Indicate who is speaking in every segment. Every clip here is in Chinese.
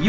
Speaker 1: 一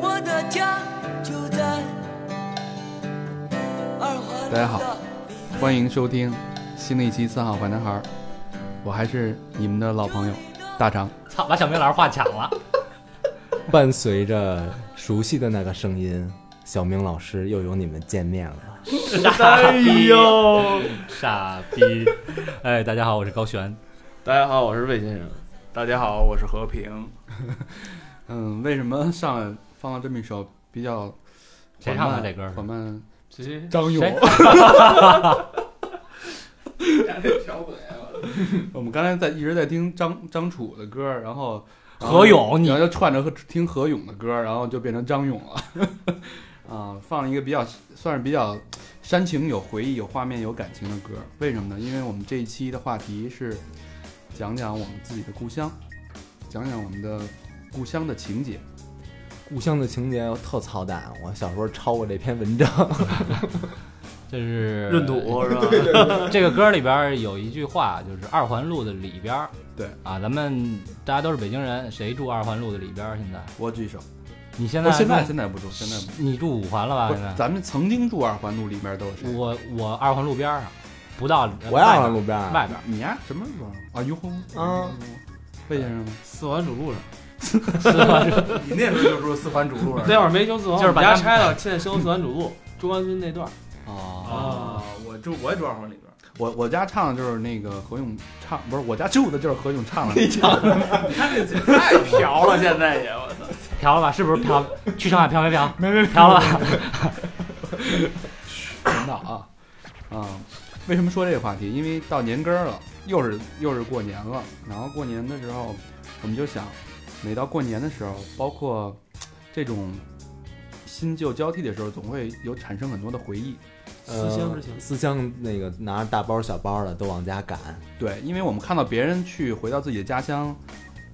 Speaker 2: 我的家就在二环
Speaker 3: 大家好，欢迎收听新的一期《三好坏男孩》，我还是你们的老朋友大张。
Speaker 4: 操，把小明老师话抢 了。
Speaker 5: 伴随着熟悉的那个声音，小明老师又有你们见面了。
Speaker 4: 哎呦，傻逼！哎，大家好，我是高璇。
Speaker 6: 大家好，我是魏先生。大家好，我是和平。
Speaker 3: 嗯，为什么上来放了这么一首比较
Speaker 4: 谁
Speaker 3: 缓
Speaker 4: 唱
Speaker 3: 慢
Speaker 4: 的这歌？
Speaker 3: 缓慢
Speaker 6: 其 实
Speaker 3: 张勇。
Speaker 4: 谁
Speaker 3: 我们刚才在一直在听张张楚的歌，然后
Speaker 4: 何勇你
Speaker 3: 然后就串着和听何勇的歌，然后就变成张勇了。 啊，放了一个比较算是比较煽情、有回忆、有画面、有感情的歌，为什么呢？因为我们这一期的话题是讲讲我们自己的故乡，讲讲我们的故乡的情节。
Speaker 5: 故乡的情节我特操蛋，我小时候抄过这篇文章。
Speaker 4: 这是
Speaker 6: 闰。土是吧？
Speaker 4: 这个歌里边有一句话，就是二环路的里边儿。
Speaker 3: 对
Speaker 4: 啊，咱们大家都是北京人，谁住二环路的里边儿？现在
Speaker 3: 我举手，
Speaker 4: 你现
Speaker 3: 我
Speaker 4: 在
Speaker 3: 现在
Speaker 4: 住
Speaker 3: 现在不住，现在不住。
Speaker 4: 你住五环了吧？
Speaker 3: 不是
Speaker 4: 现在
Speaker 3: 咱们曾经住二环路里边都是谁？
Speaker 4: 我我二环路边儿上，不到
Speaker 5: 我也
Speaker 4: 外
Speaker 5: 爱
Speaker 4: 边
Speaker 5: 上路边儿，
Speaker 4: 外边儿。
Speaker 3: 你呀、什么时候啊？于洪
Speaker 5: 啊，
Speaker 3: 魏先生吗？
Speaker 6: 四环主路上，
Speaker 7: 你那时候就住四环主路上，
Speaker 6: 那会儿没修四环，
Speaker 4: 就是
Speaker 6: 我
Speaker 4: 把
Speaker 6: 们家
Speaker 4: 他们
Speaker 6: 拆了，现在修四环主路，中关村那 段儿。
Speaker 3: 哦，
Speaker 7: 我住我也住二环里边。
Speaker 3: 我我家唱的就是那个何勇唱，不是我家住的就是何勇唱的。 你唱
Speaker 7: 你看这太嫖了，现在也我操！
Speaker 4: 嫖了吧？是不是嫖？去上海嫖没嫖？没没嫖了吧？
Speaker 3: 领导啊啊！为什么说这个话题？因为到年根儿了，又是又是过年了。然后过年的时候，我们就想，每到过年的时候，包括这种新旧交替的时候，总会有产生很多的回忆。
Speaker 5: 呃
Speaker 6: 思乡之情
Speaker 5: 思乡那个拿着大包小包的都往家赶，
Speaker 3: 对，因为我们看到别人去回到自己的家乡，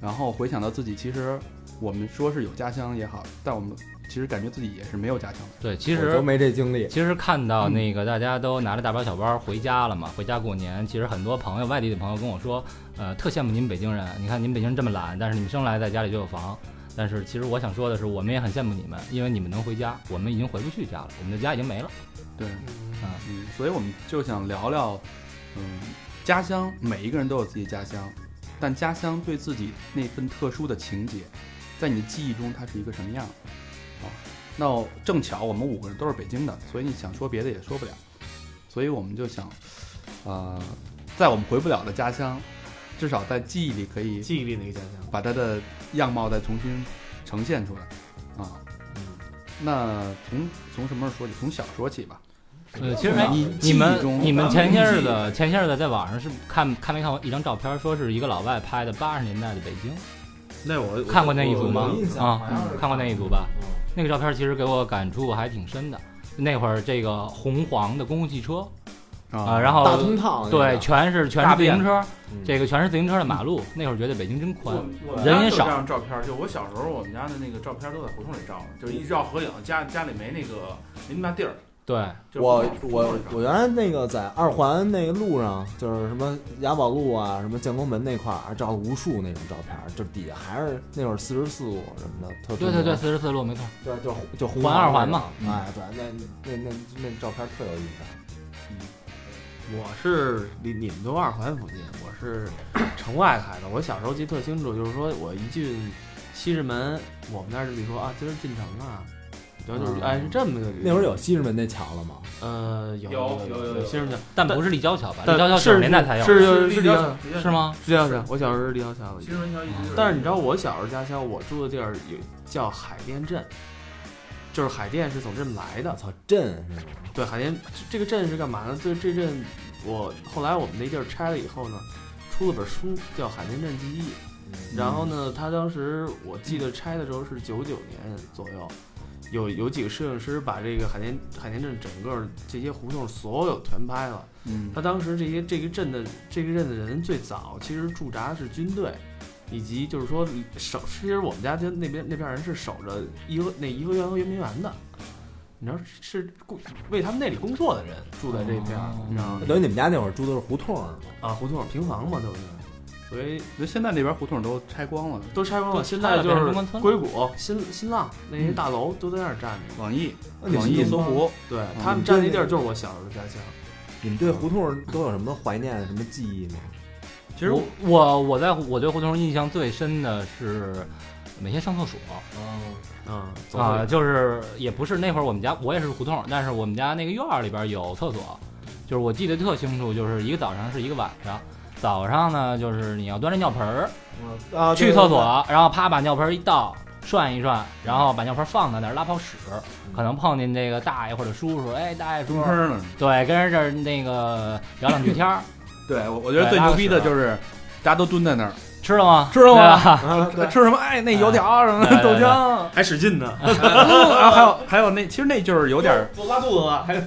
Speaker 3: 然后回想到自己，其实我们说是有家乡也好，但我们其实感觉自己也是没有家乡的。
Speaker 4: 对，其
Speaker 5: 我
Speaker 4: 实
Speaker 5: 都没这经历。
Speaker 4: 其实看到
Speaker 3: 嗯
Speaker 4: 那个大家都拿着大包小包回家了嘛，回家过年。其实很多朋友，外地的朋友跟我说，呃，特羡慕你们北京人。你看你们北京人这么懒，但是你们生来在家里就有房。但是其实我想说的是，我们也很羡慕你们，因为你们能回家，我们已经回不去家了，我们的家已经没了。
Speaker 3: 对，
Speaker 4: 嗯
Speaker 3: 嗯，所以我们就想聊聊，嗯，家乡，每一个人都有自己的家乡，但家乡对自己那份特殊的情结，在你记忆中它是一个什么样？啊，那正巧我们五个人都是北京的，所以你想说别的也说不了，所以我们就想，呃，在我们回不了的家乡，至少在记忆里可以
Speaker 6: 记忆力那个家乡，
Speaker 3: 把它的样貌再重新呈现出来，啊，那从从什么时候说起？从小说起吧。
Speaker 4: 呃，其实
Speaker 3: 哎
Speaker 4: 哎，
Speaker 5: 嗯
Speaker 3: 你
Speaker 4: 你们
Speaker 3: 记忆中
Speaker 4: 你们前些日子前些日子在网上是看看没看过一张照片，说是一个老外拍的八十年代的北京。
Speaker 6: 那我
Speaker 4: 看过那一组吗
Speaker 5: 有印？象
Speaker 4: 啊
Speaker 5: 好像是，
Speaker 4: 看过那一组吧
Speaker 5: 嗯。
Speaker 4: 那个照片其实给我感触还挺深的。那会儿这个红黄的公共汽车啊，然
Speaker 5: 大
Speaker 4: 后
Speaker 5: 通套那个
Speaker 4: 对，全是全是自行车，
Speaker 5: 嗯
Speaker 4: 这个全是自行车的马路。那会儿觉得北京真宽
Speaker 7: 我，
Speaker 3: 嗯
Speaker 7: 我们
Speaker 4: 人
Speaker 7: 家
Speaker 4: 也
Speaker 7: 就
Speaker 4: 少
Speaker 7: 这张照片儿，就我小时候，我们家的那个照片儿都在胡同里照的，就是一照合影，家家里没那个没那么大地儿。
Speaker 4: 对，
Speaker 7: 就是
Speaker 5: 我
Speaker 7: 胡同
Speaker 5: 我
Speaker 7: 胡同
Speaker 5: 我
Speaker 7: 里
Speaker 5: 原来那个在二环那个路上，就是什么雅宝路啊，什么建国门那块儿，照了无数那种照片儿，就底下还是那会儿四十四路什么的，特
Speaker 4: 对对对，，四十四路没错。
Speaker 5: 对就就红
Speaker 4: 环二环嘛
Speaker 5: 那种哎，对，那那那那照片特有印象。
Speaker 6: 我是你你们都二环附近，我是城外开的。我小时候记得特清楚，就是说我一进西直门，我们那儿这么一说啊，今儿进城啊，对，就是
Speaker 5: 嗯
Speaker 6: 哎是这么个旅程
Speaker 5: 那会儿有西直门那桥了吗？
Speaker 6: 呃有
Speaker 7: 有有有有
Speaker 6: 先生讲，
Speaker 4: 但不是立交桥吧？
Speaker 6: 但
Speaker 4: 立交桥九
Speaker 6: 是
Speaker 4: 十年代才有，
Speaker 6: 是是
Speaker 7: 立
Speaker 6: 是
Speaker 7: 交
Speaker 6: 交
Speaker 7: 桥
Speaker 6: 桥，
Speaker 7: 立交
Speaker 4: 是
Speaker 7: 桥？
Speaker 4: 吗？
Speaker 6: 是这样的，我小时候是立交桥的
Speaker 7: 西。直门桥一直就是，
Speaker 6: 但是你知道我小时候家乡，我住的地儿有叫海淀镇，就是海淀是从这么来的。
Speaker 5: 操，镇是吗？
Speaker 6: 对，海淀这个镇是干嘛呢？这这镇我后来我们那地儿拆了以后呢，出了本书叫《海淀镇记忆》，
Speaker 3: 嗯
Speaker 6: 然后呢，他当时我记得拆的时候是九九年左右。有有几个摄影师把这个海淀海淀镇整个这些胡同所有全拍了。
Speaker 3: 嗯
Speaker 6: 他当时这些这个镇的这个镇的人最早其实驻扎的是军队，以及就是说守，其实我们家就那边那边人是守着颐和那颐和园和圆明园的，你知道是雇为他们那里工作的人住在这边儿，
Speaker 4: 哦
Speaker 6: 你知道吗？
Speaker 5: 等于你们家那会儿住的是胡同儿是吗？
Speaker 6: 啊，胡同平房嘛都是，所以
Speaker 3: 我觉得现在那边胡同都拆光了，
Speaker 6: 都拆光了，
Speaker 4: 对
Speaker 6: 现在
Speaker 4: 拆了
Speaker 6: 就
Speaker 4: 变成
Speaker 6: 是
Speaker 4: 中关村了
Speaker 6: 硅谷、新新浪那些大楼都在那儿站着。
Speaker 3: 网易、
Speaker 5: 那你
Speaker 3: 网易、
Speaker 5: 是
Speaker 3: 搜
Speaker 5: 东方
Speaker 3: 狐，
Speaker 6: 对他们站那地儿就是我小时候的家乡。
Speaker 5: 你们对胡同儿都有什么怀念、什么记忆吗？
Speaker 4: 其实我我我在我对胡同印象最深的是每天上厕所。
Speaker 6: 嗯，总会
Speaker 4: 啊，就是也不是那会儿我们家，我也是胡同，但是我们家那个院儿里边有厕所，就是我记得特清楚，就是一个早上是一个晚上。早上呢，就是你要端着尿盆儿
Speaker 5: 啊，
Speaker 4: 去厕所，然后啪把尿盆儿一倒，涮一涮，然后把尿盆儿放在那儿拉泡屎，可能碰见这个大爷或者叔叔，哎，大爷叔叔，
Speaker 3: 中坑了。
Speaker 4: 对，跟人这儿那个聊两句天儿，
Speaker 3: 对，我我觉得最牛逼的就是大家都蹲在那儿
Speaker 4: 吃了吗？
Speaker 3: 吃了吗
Speaker 4: 对 吧？
Speaker 5: 啊，对
Speaker 3: 吃什么？哎，那油条什么
Speaker 4: 对对
Speaker 3: 豆
Speaker 4: 对
Speaker 3: 浆，
Speaker 6: 还使劲呢，
Speaker 3: 啊，还有还有那，其实那就是有点儿，
Speaker 6: 我拉肚子了，还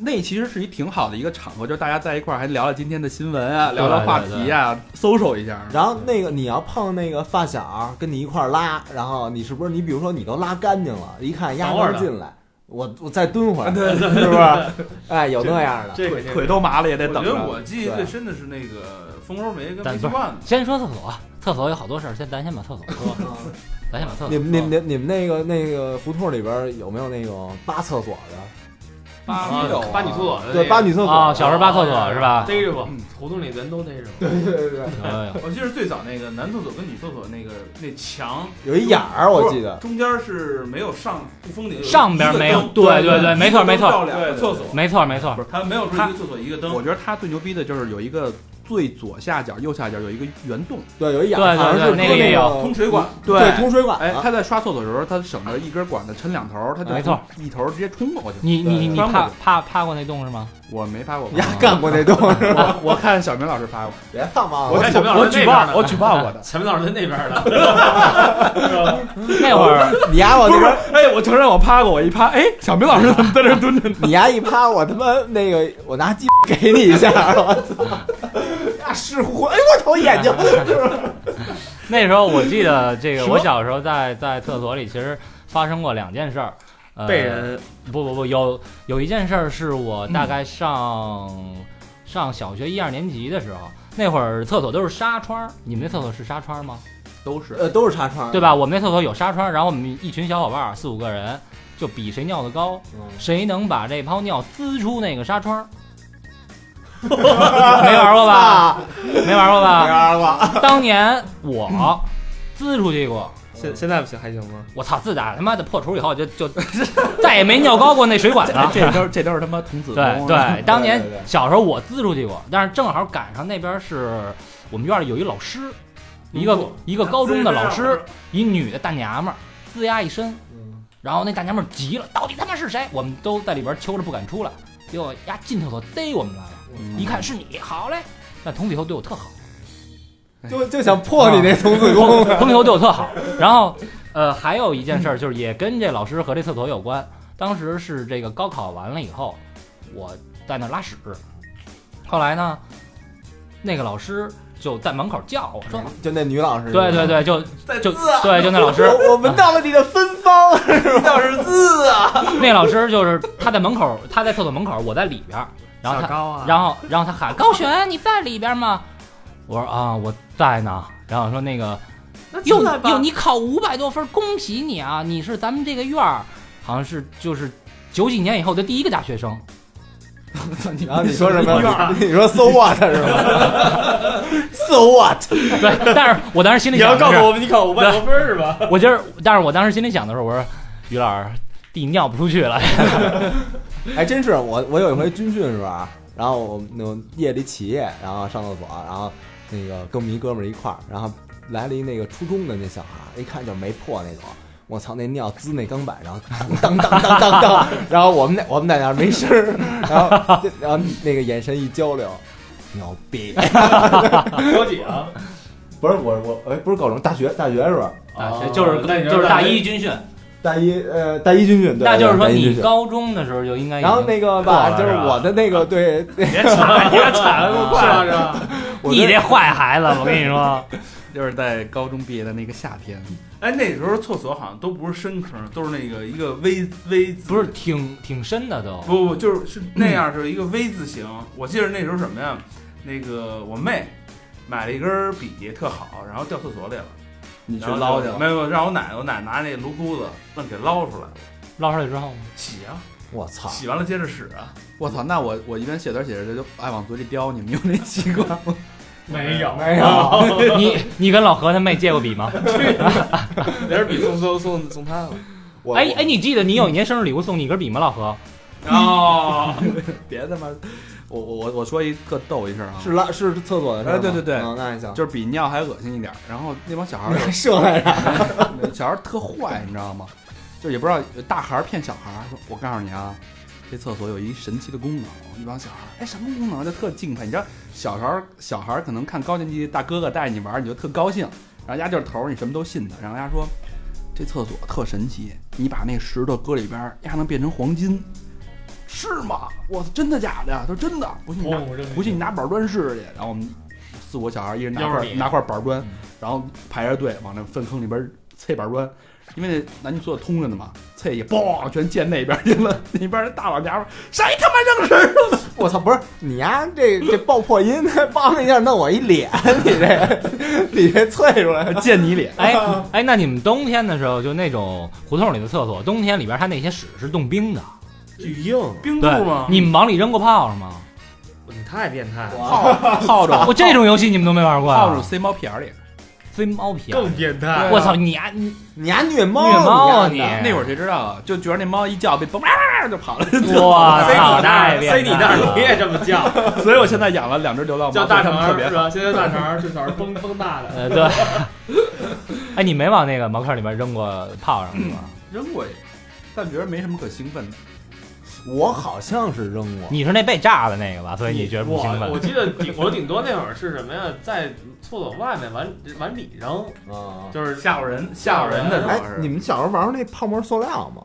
Speaker 3: 那其实是一挺好的一个场合，就是大家在一块儿还聊聊今天的新闻啊，
Speaker 4: 对
Speaker 3: 聊聊话题啊，social 一下。
Speaker 5: 然后那个你要碰那个发小跟你一块儿拉，然后你是不是你比如说你都拉干净了，一看丫
Speaker 6: 等会儿
Speaker 5: 刚
Speaker 6: 呢
Speaker 5: 进来，我我再蹲会儿，是不是？哎，有那样的，
Speaker 6: 这个
Speaker 3: 腿都麻了也
Speaker 7: 我
Speaker 3: 得
Speaker 7: 觉
Speaker 3: 等
Speaker 7: 得
Speaker 3: 着。
Speaker 7: 我记忆最深的是那个蜂窝煤跟
Speaker 4: 但
Speaker 7: 煤气罐子，
Speaker 4: 先说厕所，厕所有好多事儿，先咱先把厕所说， 咱先把厕所
Speaker 5: 你
Speaker 4: 说。
Speaker 5: 们你们你们那个那个胡同里边儿有没有那种扒厕所的？
Speaker 8: 啊
Speaker 3: 八六
Speaker 7: 啊
Speaker 6: 八女厕所的那
Speaker 5: 对，
Speaker 6: 个
Speaker 5: 扒女厕所
Speaker 4: 啊、小时候扒厕所是吧？
Speaker 6: 逮着过，胡同里咱都逮着过。
Speaker 5: 对对对，
Speaker 4: 哎呦
Speaker 7: 我记得最早那个男厕所跟女厕所那个那墙，
Speaker 5: 有一眼儿我记得，
Speaker 7: 中间是没有上不封顶，
Speaker 4: 上边没有
Speaker 7: 一个灯
Speaker 4: 对对对没错
Speaker 7: 一个
Speaker 4: 没
Speaker 7: 灯
Speaker 4: 错
Speaker 7: 照两个厕所，
Speaker 4: 没错没错，
Speaker 7: 它没有说一个厕所一个灯，
Speaker 3: 我觉得他最牛逼的就是有一个最左下角、右下角有一个圆洞，
Speaker 5: 对，有一眼
Speaker 4: 对
Speaker 5: 儿，
Speaker 4: 对
Speaker 5: 好像
Speaker 4: 对
Speaker 5: 是
Speaker 4: 那
Speaker 5: 搁
Speaker 4: 个也有
Speaker 7: 通水管，
Speaker 5: 对，通水管
Speaker 3: 哎，
Speaker 5: 子，
Speaker 3: 他在刷厕所的时候，他省着一根管子抻两头，他就
Speaker 4: 没错，
Speaker 3: 一头直接冲过去。
Speaker 4: 你你
Speaker 5: 对
Speaker 4: 你
Speaker 3: 穿过
Speaker 4: 趴
Speaker 3: 去
Speaker 4: 趴趴过那洞是吗？
Speaker 3: 我没拍过，
Speaker 5: 丫干过那洞，
Speaker 3: 我我看小明老师拍过，
Speaker 5: 别放忘
Speaker 3: 我
Speaker 5: 了，
Speaker 6: 看
Speaker 3: 举
Speaker 6: 小明老
Speaker 3: 我
Speaker 6: 师
Speaker 3: 举
Speaker 6: 那边
Speaker 3: 报
Speaker 6: 呢
Speaker 3: 我举报过的。
Speaker 6: 前面老师在那边儿呢，
Speaker 4: 那会儿
Speaker 5: 你丫往那边儿，
Speaker 3: 哎，我承认我趴过，我一趴，哎，小明老师怎么在这儿蹲着呢？
Speaker 5: 你丫一趴，我他妈那个，我拿鸡给你一下，我操！ 呀，是乎，哎，我头眼 睛，
Speaker 4: 那时候我记得这个，我小时候在在厕所里其实发生过两件事儿，呃、
Speaker 6: 被人
Speaker 4: 不不不有有一件事儿是我大概上、上小学一二年级的时候，那会儿厕所都是纱窗儿，你们那厕所是纱窗儿吗？
Speaker 3: 都是
Speaker 5: 呃，都是纱窗，
Speaker 4: 对？吧？我们那厕所有纱窗儿，然后我们一群小伙伴儿四五个人就比谁尿的高，谁能把这泡尿滋出那个纱窗儿。没玩过吧？
Speaker 5: 啊，
Speaker 4: 没玩过吧？
Speaker 5: 二了，
Speaker 4: 当年我滋出去过，
Speaker 5: 嗯
Speaker 6: 现现在不行还行吗？
Speaker 4: 我操！自打他妈的破除以后，就就再也没尿高过那水管了。
Speaker 3: 这都是这都是他妈童子
Speaker 4: 对
Speaker 3: 功。
Speaker 4: 对，当年
Speaker 5: 对对
Speaker 4: 小时候我滋出去过，但是正好赶上那边是我们院里有一老师，一个一个高中的老师，一女的大娘们儿，龇牙一身，
Speaker 5: 嗯
Speaker 4: 然后那大娘们儿急了，到底他妈是谁？我们都在里边揪着不敢出来，结果丫进厕所逮我们来了，一看是你，好嘞。那从此以后对我特好，
Speaker 5: 就就想破你那童
Speaker 6: 啊
Speaker 5: 子功，
Speaker 4: 从此以后对我特好。然后，呃，还有一件事儿，就是也跟这老师和这厕所有关。当时是这个高考完了以后，我在那儿拉屎，后来呢，那个老师就在门口叫我说
Speaker 5: 就那女老：“师，
Speaker 4: 对对，对，就就对，就那老 师，
Speaker 5: 我我闻到了你的芬芳，
Speaker 6: 倒是字啊，
Speaker 4: 那老师就是他在门口，他在厕所门口，我在里边儿，然后
Speaker 6: 小
Speaker 4: 他
Speaker 6: 高啊，
Speaker 4: 然后然后他喊高璇，你在里边吗？我说啊，我在呢。然后说那个，哟哟，你考五百多分，恭喜你啊！你是咱们这个院儿，好像是就是九几年以后的第一个大学生。
Speaker 5: 然后你说什么？你说 so what 是吗 ？so what？
Speaker 4: 对，但是我当时心里
Speaker 6: 你
Speaker 4: 想
Speaker 6: 要
Speaker 4: 的
Speaker 6: 告
Speaker 4: 是
Speaker 6: 诉，我们你考五百多分儿是吧？
Speaker 4: 我今儿，但是我当时心里想的时候，我说于老师，地尿不出去了。
Speaker 5: 还真是我，我有一回军训的时候啊，然后我们那种夜里起夜，然后上厕所，然后那个跟我们一哥们儿一块儿，然后来了一那个初中的那小孩儿，一看就是没破那种。我操，那尿滋那钢板上，当当当当当当，然后我们那我们在那儿没声儿，然后这然后那个眼神一交流，牛 逼！
Speaker 8: 高几啊？
Speaker 5: 不是我我哎不是高中大学大学是吧？
Speaker 8: 大
Speaker 4: 对就是
Speaker 8: 那你
Speaker 4: 就是大一军训，
Speaker 5: 大一呃大一军训对，
Speaker 4: 那就是说
Speaker 5: 大一军
Speaker 4: 你
Speaker 5: 训
Speaker 4: 高中的时候就应该已经。
Speaker 5: 然后那个
Speaker 4: 过
Speaker 5: 吧，
Speaker 4: 了
Speaker 5: 就是
Speaker 4: 是吧
Speaker 5: 我的 那个对
Speaker 8: 别惨，别惨，
Speaker 4: 啊
Speaker 8: 快了是吧？
Speaker 5: 我
Speaker 4: 你
Speaker 5: 的
Speaker 4: 这坏孩子，我跟你说，
Speaker 3: 就是在高中毕业的那个夏天，
Speaker 7: 哎，那时候厕所好像都不是深坑，都是那个一个 V V 字，
Speaker 4: 不是挺挺深的都。
Speaker 7: 不不就是是那样，就是一个 V 字形。我记得那时候什么呀？那个我妹买了一根笔特好，然后掉厕所里了，
Speaker 3: 你
Speaker 7: 然后就没有没有，让我奶我奶拿那炉钩子愣给捞出来了，
Speaker 4: 捞出来之 后，
Speaker 7: 洗啊，
Speaker 5: 我操，
Speaker 7: 洗完了接着使啊。
Speaker 3: 我操，那我我一般写字儿写着就爱往嘴里叼，你们有那习惯吗？
Speaker 8: 没有，
Speaker 5: 没有，
Speaker 4: 你你跟老何他妹借过笔吗？
Speaker 6: 连笔送送送送他了，
Speaker 5: 我
Speaker 4: 哎哎，你记得你有一年生日礼物送你一根笔吗？老何，
Speaker 7: 哦，
Speaker 3: 别他妈，我我我我说一特逗一事儿啊，
Speaker 5: 是拉是厕所的事儿吗
Speaker 3: 哎对对对
Speaker 5: 嗯那你想
Speaker 3: 就是比尿还恶心一点儿。然后那帮小孩 儿有
Speaker 5: 射来着，
Speaker 3: 小孩儿特坏，你知道吗？就也不知道大孩儿骗小孩儿，说我告诉你啊，这厕所有一神奇的功能。一帮小孩儿，哎，什么功能啊？就特敬佩。你知道，小孩儿小孩儿可能看高年级大哥哥带你玩儿，你就特高兴，然后人家就是头儿，你什么都信他。然后人家说，这厕所特神奇，你把那石头搁里边儿，呀能变成黄金。是吗？我操真的假的呀？他说真的，不信你拿
Speaker 8: 我
Speaker 3: 不信你拿板砖试试去。然后我们四五个小孩一人拿
Speaker 8: 要是
Speaker 3: 块
Speaker 8: 你
Speaker 3: 拿块板砖，然后排着队往那粪坑里边啐板砖，因为那男女厕所通着呢嘛，啐一嘣全溅那边去了。 那边那大老家伙谁他妈扔石头？
Speaker 5: 我操，不是你呀，这这爆破音， 梆的一下弄我一脸，你这你这啐出来，
Speaker 3: 溅你脸！
Speaker 4: 哎哎，那你们冬天的时候，就那种胡同里的厕所，冬天里边它那些屎是冻冰的，
Speaker 6: 巨硬，
Speaker 7: 冰
Speaker 4: 对
Speaker 7: 柱吗？
Speaker 4: 你们往里扔过炮是吗？
Speaker 6: 你太变态了，
Speaker 3: 炮仗
Speaker 4: 我这种游戏你们都没玩过
Speaker 3: 炮
Speaker 4: 啊
Speaker 3: 仗？塞猫屁眼里。
Speaker 4: 飞猫皮啊，
Speaker 8: 更变态。
Speaker 4: 我操你啊！ 你
Speaker 5: 你还虐猫，
Speaker 4: 虐猫啊
Speaker 5: 你丫的
Speaker 4: 你
Speaker 3: 那会儿谁知道啊？就觉得那猫一叫，被嘣就跑了。
Speaker 4: 我
Speaker 8: 塞
Speaker 4: 操，
Speaker 8: 你那
Speaker 4: 太
Speaker 8: 儿，塞
Speaker 4: 变
Speaker 8: 你
Speaker 4: 态
Speaker 8: 那
Speaker 4: 了
Speaker 8: 儿，你也这么叫，
Speaker 3: 所以我现在养了两只流浪猫，
Speaker 8: 叫大
Speaker 3: 对它
Speaker 8: 肠
Speaker 3: 们特
Speaker 8: 儿
Speaker 3: 别
Speaker 8: 是
Speaker 3: 好。
Speaker 8: 吧？现在大肠儿至少是崩崩大的。
Speaker 4: 呃，对。 哎，你没往那个茅坑里边扔过炮仗是吗？
Speaker 8: 嗯
Speaker 3: 扔过也，但觉得没什么可兴奋的。
Speaker 5: 我好像是扔过，
Speaker 4: 你是那被炸的那个吧？所以你觉得不
Speaker 8: 我
Speaker 4: 兴
Speaker 8: 我
Speaker 4: 奋？
Speaker 8: 记得顶我顶多那会儿是什么呀，在厕所外面往往里扔，嗯
Speaker 5: 啊，
Speaker 8: 就是
Speaker 7: 吓唬人，吓唬人的主
Speaker 5: 哎
Speaker 7: 要，是。
Speaker 5: 你们小时候玩过那泡沫塑料吗？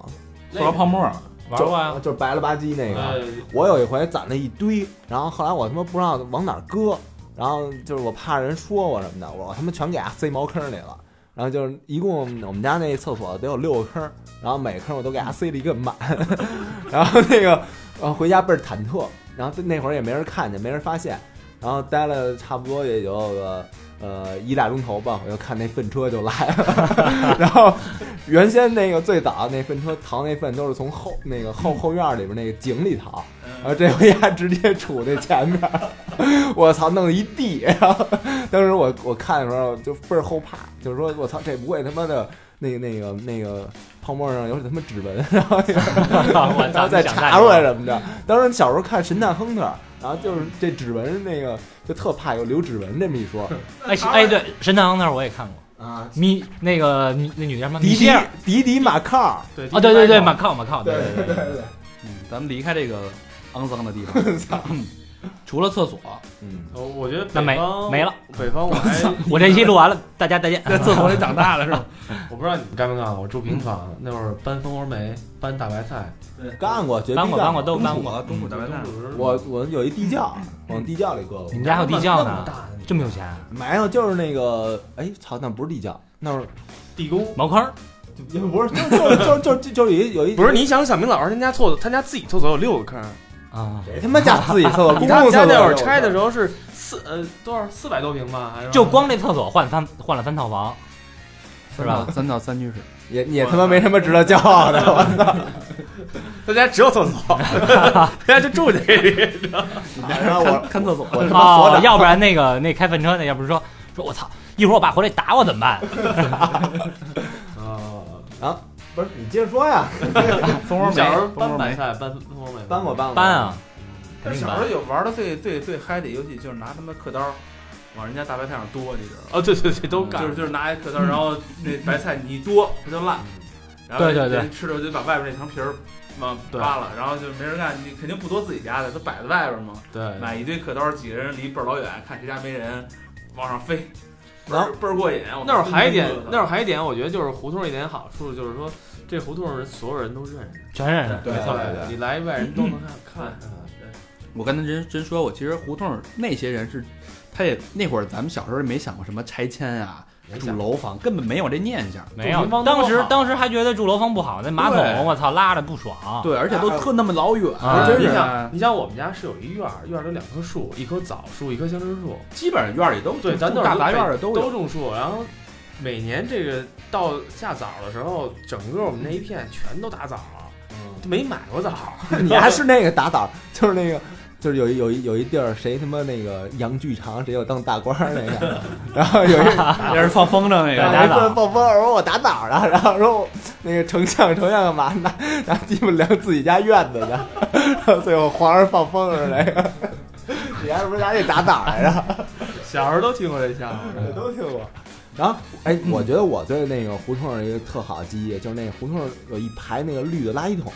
Speaker 8: 那
Speaker 3: 做
Speaker 8: 个
Speaker 3: 泡沫儿，
Speaker 4: 玩过啊哎呀
Speaker 5: 就，就是白了吧唧那个。
Speaker 8: 呃，
Speaker 5: 我有一回攒了一堆，然后后来我他妈不知道往哪儿搁，然后就是我怕人说我什么的，我他妈全给它塞茅坑里了。然后就是一共我们家那厕所得有六个坑，然后每个坑我都给它塞了一个满， 然后那个呃回家倍儿忐忑，然后那会儿也没人看见，没人发现，然后待了差不多也就个呃一俩钟头吧，我就看那粪车就来了， 然后原先那个最早那粪车淘那粪都是从后那个后后院里边那个井里淘，然后这回家直接杵那前面儿，我操，弄一地。然后当时我我看的时候就倍儿后怕，就是说我操，这不会他妈的那个那个那个泡沫上有他妈指纹，然后那 个
Speaker 4: 我
Speaker 5: 然
Speaker 4: 操，
Speaker 5: 后再
Speaker 4: 你想
Speaker 5: 查
Speaker 4: 太
Speaker 5: 出
Speaker 4: 多
Speaker 5: 来
Speaker 4: 了。
Speaker 5: 什么的。当时小时候看《神探亨特》，然后就是这指纹那个就特怕有留指纹这么一说
Speaker 4: 哎是哎，对，《神探亨特》我也看过，
Speaker 5: 啊。
Speaker 4: 米那个女那女的叫什么？
Speaker 5: 迪
Speaker 4: 米
Speaker 5: 迪
Speaker 4: 歇尔
Speaker 5: 迪迪马靠，
Speaker 8: 对
Speaker 4: 啊，对对对，马靠马靠，对对对。
Speaker 5: 对，
Speaker 3: 嗯，咱们离开这个肮脏的地方。除了厕所，
Speaker 5: 嗯，
Speaker 8: 我我觉得
Speaker 4: 那没
Speaker 8: 北方
Speaker 4: 没了，
Speaker 8: 北 方我还
Speaker 4: 我这期录完了，大家再见。
Speaker 3: 在厕所里长大了是吗？
Speaker 8: 我不知道你们干没干过，我住平房，那会儿搬蜂窝煤，搬大白菜，
Speaker 5: 干过，绝逼
Speaker 4: 搬过搬过都
Speaker 3: 中
Speaker 4: 搬
Speaker 3: 午
Speaker 4: 过
Speaker 3: 啊，，中午大白菜。
Speaker 8: 嗯
Speaker 5: 我我有一地窖，往地窖里搁过
Speaker 4: 你。们家还有地窖呢？这
Speaker 8: 么
Speaker 4: 么有钱啊？
Speaker 5: 没有，就是那个，哎，操，那不是地窖，那是
Speaker 8: 地宫，
Speaker 4: 茅坑儿
Speaker 5: 也不是，就就就就就有一有一
Speaker 6: 不是你想小明老师他家厕所，他家自己厕所有六个坑，
Speaker 4: 啊，
Speaker 5: 谁他妈家自己厕所，公
Speaker 6: 你他
Speaker 5: 共
Speaker 6: 们
Speaker 5: 厕
Speaker 6: 家
Speaker 5: 所
Speaker 6: 那会儿拆的
Speaker 5: 时
Speaker 6: 时候是四呃多少四百多平吧，还是
Speaker 4: 就光这厕所换三换了三套房，是 吧？
Speaker 3: 三到三居室，
Speaker 5: 候也也他妈没什么值得骄傲的，我操！
Speaker 6: 他家只有厕所，人家就住这里。
Speaker 5: 然后 我
Speaker 3: 看厕所。
Speaker 5: 我他妈所
Speaker 4: 哦，
Speaker 5: 长，
Speaker 4: 要不然那个 那开粪车那，要不是说说我操，一会儿我爸回来打我怎么办？
Speaker 8: 啊，
Speaker 5: 不是你接着说呀，
Speaker 3: 蜂窝
Speaker 8: 你小时
Speaker 3: 煤，
Speaker 8: 候搬白菜，搬搬过没？
Speaker 5: 搬过搬过
Speaker 4: 搬，啊，
Speaker 7: 但
Speaker 4: 肯
Speaker 7: 是
Speaker 4: 定
Speaker 7: 小时候
Speaker 4: 搬。
Speaker 7: 有玩的最最最嗨的游戏，就是拿他们刻刀往人家大白菜上剁，你知道吗？
Speaker 8: 哦，对对对，都
Speaker 7: 就
Speaker 8: 干
Speaker 7: 是。就是拿一刻刀，然后那白菜你一剁它就烂，然后
Speaker 4: 对对对
Speaker 7: 人吃着就把外边那层皮儿往
Speaker 8: 对
Speaker 7: 扒了，然后就没人干，你肯定不剁自己家的，都摆在外边嘛。
Speaker 8: 对，
Speaker 7: 买一堆刻刀，几个人离倍儿老远，看谁家没人，往上飞，倍
Speaker 5: 然
Speaker 7: 儿倍儿过瘾。我
Speaker 6: 那会儿还有一点
Speaker 7: 真的，
Speaker 6: 那会儿还有一点，我觉得就是胡同一点好处就是说，这胡同人所有人都认识，
Speaker 4: 全认识。
Speaker 5: 对对对
Speaker 6: 你来外人都能看看。
Speaker 3: 我刚才真真说，我其实胡同儿那些人是，他也那会儿咱们小时候也没想过什么拆迁啊、住楼房，根本没有这念想。
Speaker 4: 没有
Speaker 6: 住平，房多
Speaker 4: 当时
Speaker 6: 好
Speaker 4: 当时还觉得住楼房不好，那马
Speaker 3: 对
Speaker 4: 桶我操拉着不爽。
Speaker 3: 对，而且都特那么老远，
Speaker 4: 啊
Speaker 3: 真
Speaker 6: 你
Speaker 3: 是
Speaker 6: 想，你想我们家是有一院儿，院儿有两棵树，一棵枣树，一棵香椿树。
Speaker 3: 基本上院儿里都
Speaker 6: 对，
Speaker 3: 就
Speaker 6: 咱
Speaker 3: 住
Speaker 6: 那会
Speaker 3: 大
Speaker 6: 儿北
Speaker 3: 杂院儿里都有
Speaker 6: 都种树，然后每年这个到下枣的时候，整个我们那一片全都打枣，就没买过枣。
Speaker 5: 你还是那个打倒，就是那个。就是有一有一有一地儿，谁他妈那个洋剧场，谁有当大官儿那个，然后有一
Speaker 4: 那是放风筝那
Speaker 5: 然后
Speaker 4: 打
Speaker 5: 一顿
Speaker 4: 倒。
Speaker 5: 放风，我说我打哪儿了？然后说我那个丞相，丞相干嘛呢？拿鸡巴量自己家院子的，然后最后皇上放风筝那个，你还是不是拿那打哪儿来着？
Speaker 6: 小时候都听过这笑话。
Speaker 5: 我都听过。然后，哎，我觉得我对那个胡同儿有一个特好的记忆，就是那个胡同儿有一排那个绿的垃圾桶，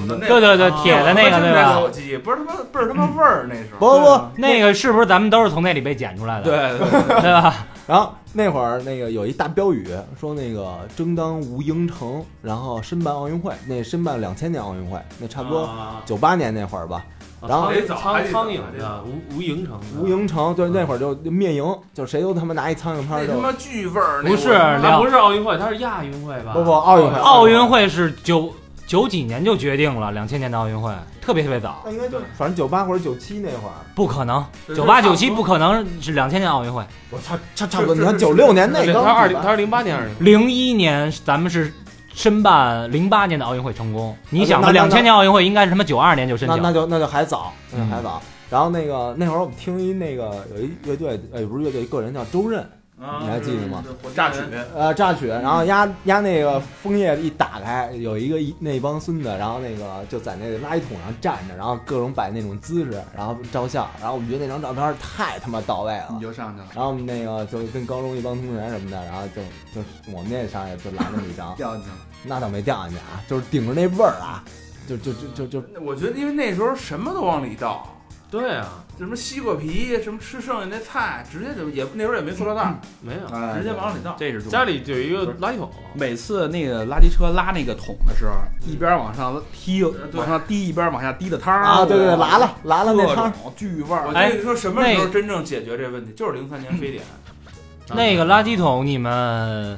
Speaker 7: 我的那
Speaker 4: 对对对，铁的那个对吧？
Speaker 7: 老鸡不是他妈倍儿他妈味儿那时候。
Speaker 5: 不不不，
Speaker 4: 那个是不是咱们都是从那里被捡出来的？
Speaker 3: 对对对，
Speaker 4: 对吧？
Speaker 5: 然后那会儿那个有一大标语说那个争当无英城，然后申办奥运会，那申办两千年奥运会，那差不多
Speaker 6: 啊
Speaker 5: 九八年那会儿吧。
Speaker 6: 啊
Speaker 5: 然后
Speaker 7: 得早还
Speaker 6: 苍
Speaker 7: 得早
Speaker 6: 苍蝇
Speaker 7: 还得
Speaker 6: 的
Speaker 7: 早
Speaker 6: 无无蝇城的，
Speaker 5: 无营城，就是那会儿就就灭营，就谁都他妈拿一苍蝇拍
Speaker 7: 那
Speaker 5: 儿就
Speaker 7: 他妈巨味儿，那
Speaker 4: 不是
Speaker 7: 我
Speaker 6: 它
Speaker 4: 两
Speaker 6: 不是奥运会，它是亚运会吧？哦
Speaker 5: 不不奥运会
Speaker 4: 奥运，会是九九几年就决定了，两千年的奥运会特别特别早
Speaker 5: 那，应该就反正九八或者九七那会儿，
Speaker 4: 不可能，
Speaker 7: 这是
Speaker 4: 九八九
Speaker 7: 差
Speaker 4: 七
Speaker 7: 不
Speaker 4: 不
Speaker 7: 多
Speaker 4: 可能是两千年奥运会，
Speaker 5: 我操，差差不多，
Speaker 7: 是是
Speaker 5: 你看
Speaker 7: 是
Speaker 5: 九六年那
Speaker 6: 对，
Speaker 5: 刚
Speaker 6: 它是二零，
Speaker 5: 举
Speaker 6: 它
Speaker 5: 办
Speaker 6: 是零八年二零。
Speaker 4: 零一年咱们是申办零八年的奥运会成功，你想吧，
Speaker 5: 那那
Speaker 4: 两千年奥运会应该是什么九二年就申
Speaker 5: 那
Speaker 4: 请
Speaker 5: 那
Speaker 4: 了，
Speaker 5: 就那就还早，那就
Speaker 4: 嗯
Speaker 5: 还早。然后那个那会儿我们听一那个有一乐队，呃不是乐队，个人叫周润，
Speaker 7: 啊
Speaker 5: 你还记得吗？
Speaker 7: 炸曲，
Speaker 5: 呃榨取，然后压压那个枫叶一打开，有一个一那帮孙子，然后那个就在那个垃圾桶上站着，然后各种摆那种姿势，然后照相，然后我们觉得那张照片儿太他妈到位了
Speaker 3: 你，就上去了。
Speaker 5: 然后我们那个就跟高中一帮同学什么的，然后就就我们那上也就来那么一张
Speaker 1: 掉进去了。
Speaker 5: 那倒没掉下去啊，就是顶着那味儿啊，就就就就就
Speaker 7: 我觉得因为那时候什么都往里倒，
Speaker 6: 对啊，
Speaker 7: 什么西瓜皮，什么吃剩下那菜，直接就也那时候也没塑料袋，
Speaker 6: 没有，
Speaker 1: 哎
Speaker 7: 直接往里倒。
Speaker 3: 这是
Speaker 6: 家里有一个垃圾桶，
Speaker 3: 每次那个垃圾车拉那个桶的时候，一边往上踢，
Speaker 7: 对
Speaker 3: 往上滴，一边往下滴的汤儿哎
Speaker 5: 啊，对对对，
Speaker 3: 哇
Speaker 5: 拉了拉了那
Speaker 3: 各
Speaker 5: 汤儿，
Speaker 3: 种巨味
Speaker 7: 我
Speaker 3: 儿。
Speaker 7: 跟你说，什么时候
Speaker 4: 那嗯
Speaker 7: 真正解决这问题？就是零三年非典，
Speaker 4: 那个垃圾桶你们。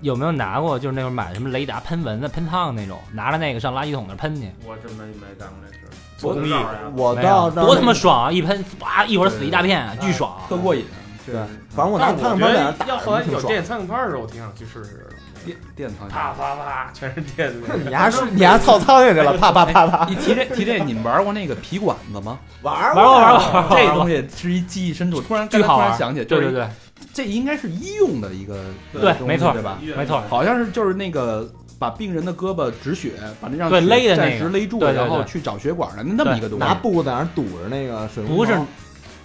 Speaker 4: 有没有拿过？就是那会儿买什么雷达喷蚊子、喷烫那种，拿着那个上垃圾桶那儿喷去，
Speaker 7: 我真没没干过这事儿。
Speaker 5: 我
Speaker 7: 不知道呀
Speaker 5: 我
Speaker 4: 没有
Speaker 5: 到那儿
Speaker 4: 多他妈爽啊！一喷，哇，一会儿死一大片，巨爽。
Speaker 3: 特过瘾，
Speaker 5: 对，反正我拿
Speaker 6: 但是
Speaker 5: 汤
Speaker 6: 我
Speaker 5: 圆
Speaker 6: 觉
Speaker 5: 在那
Speaker 6: 得
Speaker 5: 打
Speaker 6: 要后来
Speaker 5: 挺
Speaker 6: 有
Speaker 5: 爽。
Speaker 6: 电苍蝇拍的时候，我挺想去试试的。
Speaker 3: 电电汤。
Speaker 6: 啪啪啪，全是电的那个。
Speaker 5: 你还是你还操苍蝇去了，啪啪啪啪，
Speaker 3: 一提这提这，你们玩过那个皮管子 吗？
Speaker 5: 玩儿
Speaker 4: 啊
Speaker 5: 啊
Speaker 4: 玩过玩过
Speaker 5: 过，
Speaker 4: 玩过
Speaker 3: 这东西是一记忆深处，突然
Speaker 4: 巨好
Speaker 3: 突
Speaker 4: 玩
Speaker 3: 然想起，
Speaker 4: 对
Speaker 3: 就是
Speaker 4: 对对
Speaker 3: 这应该是医用的一个
Speaker 4: 对
Speaker 3: 东西
Speaker 4: 没错
Speaker 3: 对吧？
Speaker 7: 医院
Speaker 4: 没错，
Speaker 3: 好像是就是那个把病人的胳膊止血，把那让
Speaker 4: 对
Speaker 3: 血
Speaker 4: 勒的那个
Speaker 3: 暂时勒住，
Speaker 4: 对对对
Speaker 3: 然后去找血管的那么一个东西
Speaker 5: 拿。布在那儿堵着那个水龙头，
Speaker 4: 不是